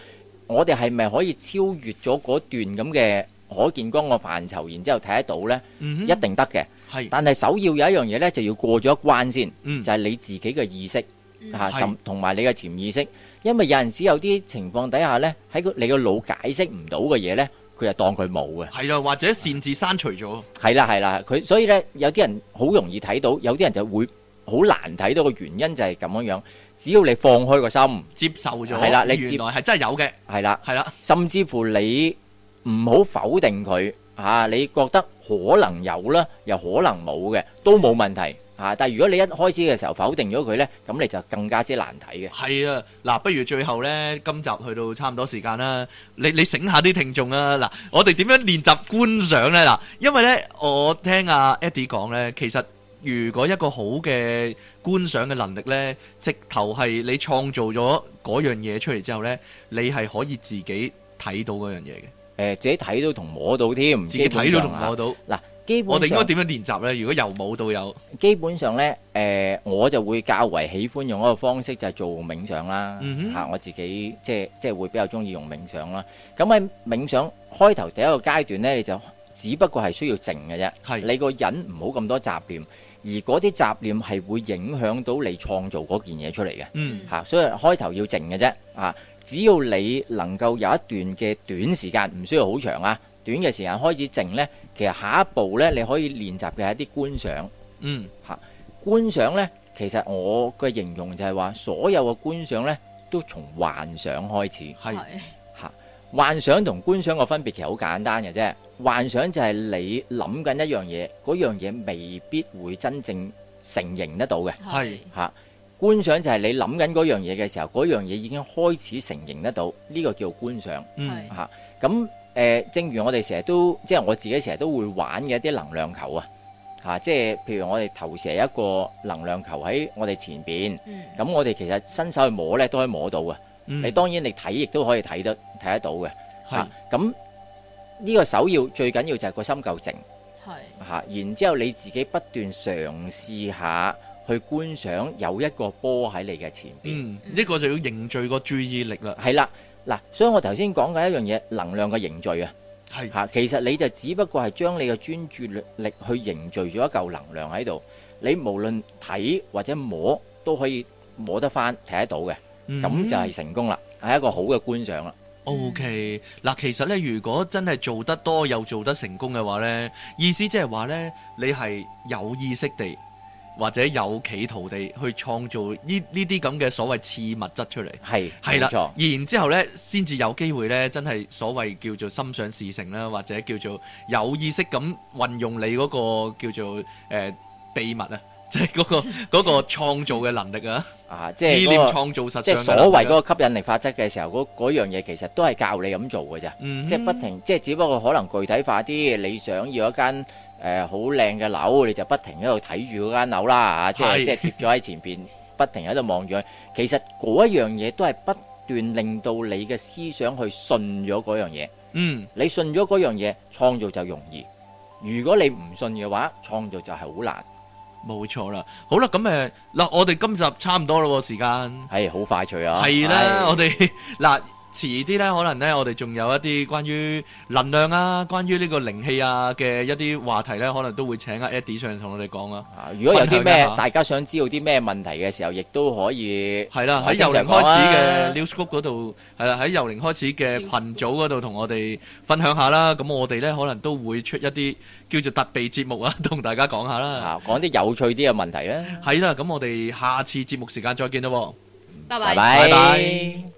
S1: 我哋係咪可以超越咗嗰段咁嘅可見光嘅範疇，然之後睇得到呢？
S2: 嗯
S1: 一定得嘅。
S2: 係
S1: 但係首要有一樣嘢呢，就要過咗一關先，
S2: 嗯
S1: 就係、你自己嘅意識
S5: 嗯
S1: 嚇，
S2: 係
S1: 甚同埋你嘅潛意識。因為有陣時有啲情況底下呢，喺個你個腦解釋唔到嘅嘢呢，佢就當佢冇嘅。
S2: 係啊，或者擅自刪除咗，
S1: 係啦係啦，佢所以咧有啲人好容易睇到，有啲人就會好難睇到個原因就係咁樣樣。只要你放開個心，
S2: 接受咗，
S1: 係啦你接
S2: 原來係真係有嘅，
S1: 係啦，
S2: 係啦，
S1: 甚至乎你唔好否定佢嚇、啊你覺得可能有啦，又可能冇嘅，都冇問題嚇、啊但係如果你一開始嘅時候否定咗佢呢，咁你就更加之難睇嘅。
S2: 係啊。嗱，不如最後呢，今集去到差唔多時間啦，你你醒下啲聽眾啊。嗱，我哋點樣練習觀賞呢？嗱，因為呢，我聽阿 Eddie 講呢，其實。如果一個好嘅觀賞嘅能力呢，直頭係你創造咗嗰樣嘢出嚟之後呢，你係可以自己睇到嗰樣嘢嘅，
S1: 誒、呃自己睇到同摸到添，
S2: 自己啊睇到同摸
S1: 到。
S2: 到。
S1: 基本
S2: 我哋應
S1: 上
S2: 該點樣練習呢？如果由冇到有，
S1: 基本上呢，誒、呃我就會較為喜歡用一個方式就係做冥想啦，嚇、
S2: 嗯哼
S1: 我自己即係即係會比較中意用冥想啦。咁喺冥想開頭第一個階段呢，你就只不過係需要靜嘅啫，
S2: 係
S1: 你個人唔好咁多雜念，而嗰啲雜念係會影響到你創造嗰件嘢出嚟嘅。
S2: 嗯
S1: 嚇、所以開頭要靜嘅啫嚇。只要你能夠有一段嘅短時間，唔需要好長啊，短嘅時間開始靜呢，其實下一步呢，你可以練習嘅係一啲觀想。
S2: 嗯
S1: 觀想呢，其實我嘅形容就係話，所有嘅觀想呢，都從幻想開始。
S2: 係
S5: 係
S1: 幻想同觀想嘅分別其實好簡單嘅啫。幻想就係你諗緊一樣嘢，嗰樣嘢未必會真正成形得到嘅。
S5: 係
S1: 觀想就係你諗緊嗰樣嘢嘅時候，嗰樣嘢已經開始成形得到，呢、個叫觀想。
S2: 嗯
S5: 係
S1: 咁誒、呃正如我哋成日都，即係我自己成日都會玩嘅一啲能量球啊，嚇、即係譬如我哋投射一個能量球喺我哋前邊，
S5: 嗯
S1: 咁我哋其實伸手去摸咧都可以摸到嘅。
S2: 嗯
S1: 你當然你睇亦都可以睇得睇得到嘅。嚇、
S2: 係
S1: 咁呢個首要最緊要就係個心夠靜
S5: 係
S1: 嚇、然之後你自己不斷嘗試下去觀想有一個波喺你嘅前邊。
S2: 嗯呢個就要凝聚個注意力啦，
S1: 係啦，嗱，所以我頭先講嘅一樣嘢，能量嘅凝聚啊，
S2: 係
S1: 嚇，其實你就只不過係將你嘅專注力力去凝聚咗一嚿能量喺度，你無論睇或者摸都可以摸得翻睇得到嘅，
S2: 嗯
S1: 咁就係成功啦，係一個好嘅觀賞啦。
S2: O K 嗱，其實咧，如果真係做得多又做得成功嘅話咧，意思即係話咧，你係有意識地或者有企圖地去創造呢呢啲咁嘅所謂次物質出嚟。
S1: 係
S2: 係
S1: 冇錯
S2: 啦，，然之後呢，先至有機會呢，真係所謂叫做心想事成啦，或者叫做有意識咁運用你嗰個叫做誒、呃秘密啊， 即係嗰 個嗰個創造嘅能力啊，
S1: 啊，即係
S2: 意念
S1: 嗰個
S2: 創造實
S1: 即
S2: 相
S1: 係
S2: 嘅
S1: 所
S2: 能力啊
S1: 謂嗰個吸引力法則嘅時候，嗰嗰樣嘢其實都係教你咁做嘅咋。
S2: 嗯哼
S1: 即係不停，即係只不過可能具體化啲。你想要一間誒好靚嘅樓，你就不停喺度睇住嗰間樓啦，啊即
S2: 係
S1: 係即係貼咗喺前邊，不停喺度望住佢。其實嗰一樣嘢都係不斷令到你嘅思想去信咗嗰樣嘢。
S2: 嗯
S1: 你信咗嗰樣嘢，創造就容易；如果你唔信嘅話，創造就係好難，
S2: 冇錯啦。好啦，咁誒嗱，我哋今集差唔多啦喎時間。
S1: 係好快脆啊！
S2: 係啦，
S1: 唉
S2: 我哋 嗱遲啲呢，可能呢，我哋仲有一啲關於能量啊、關於呢個靈氣啊嘅一啲話題呢，可能都會請阿 Eddie 上嚟同我哋講啊。
S1: 啊如果有
S2: 分享
S1: 啲
S2: 一
S1: 咩
S2: 下
S1: 大家想知道啲咩問題嘅時候，亦都可以
S2: 係啦，喺
S1: 我經
S2: 由零
S1: 常
S2: 開
S1: 啊講
S2: 始嘅
S1: 啊
S2: News Group 嗰度，係啦，喺由零開始嘅群組嗰度同我哋分享下啦。咁我哋呢，可能都會出一啲叫做特備節目啊，同大家講下啦。
S1: 啊講啲有趣啲嘅問題啦。
S2: 係啦，咁我哋下次節目時間再見啦喎。
S5: 拜
S1: 拜
S5: 拜。
S1: 拜。
S2: 拜拜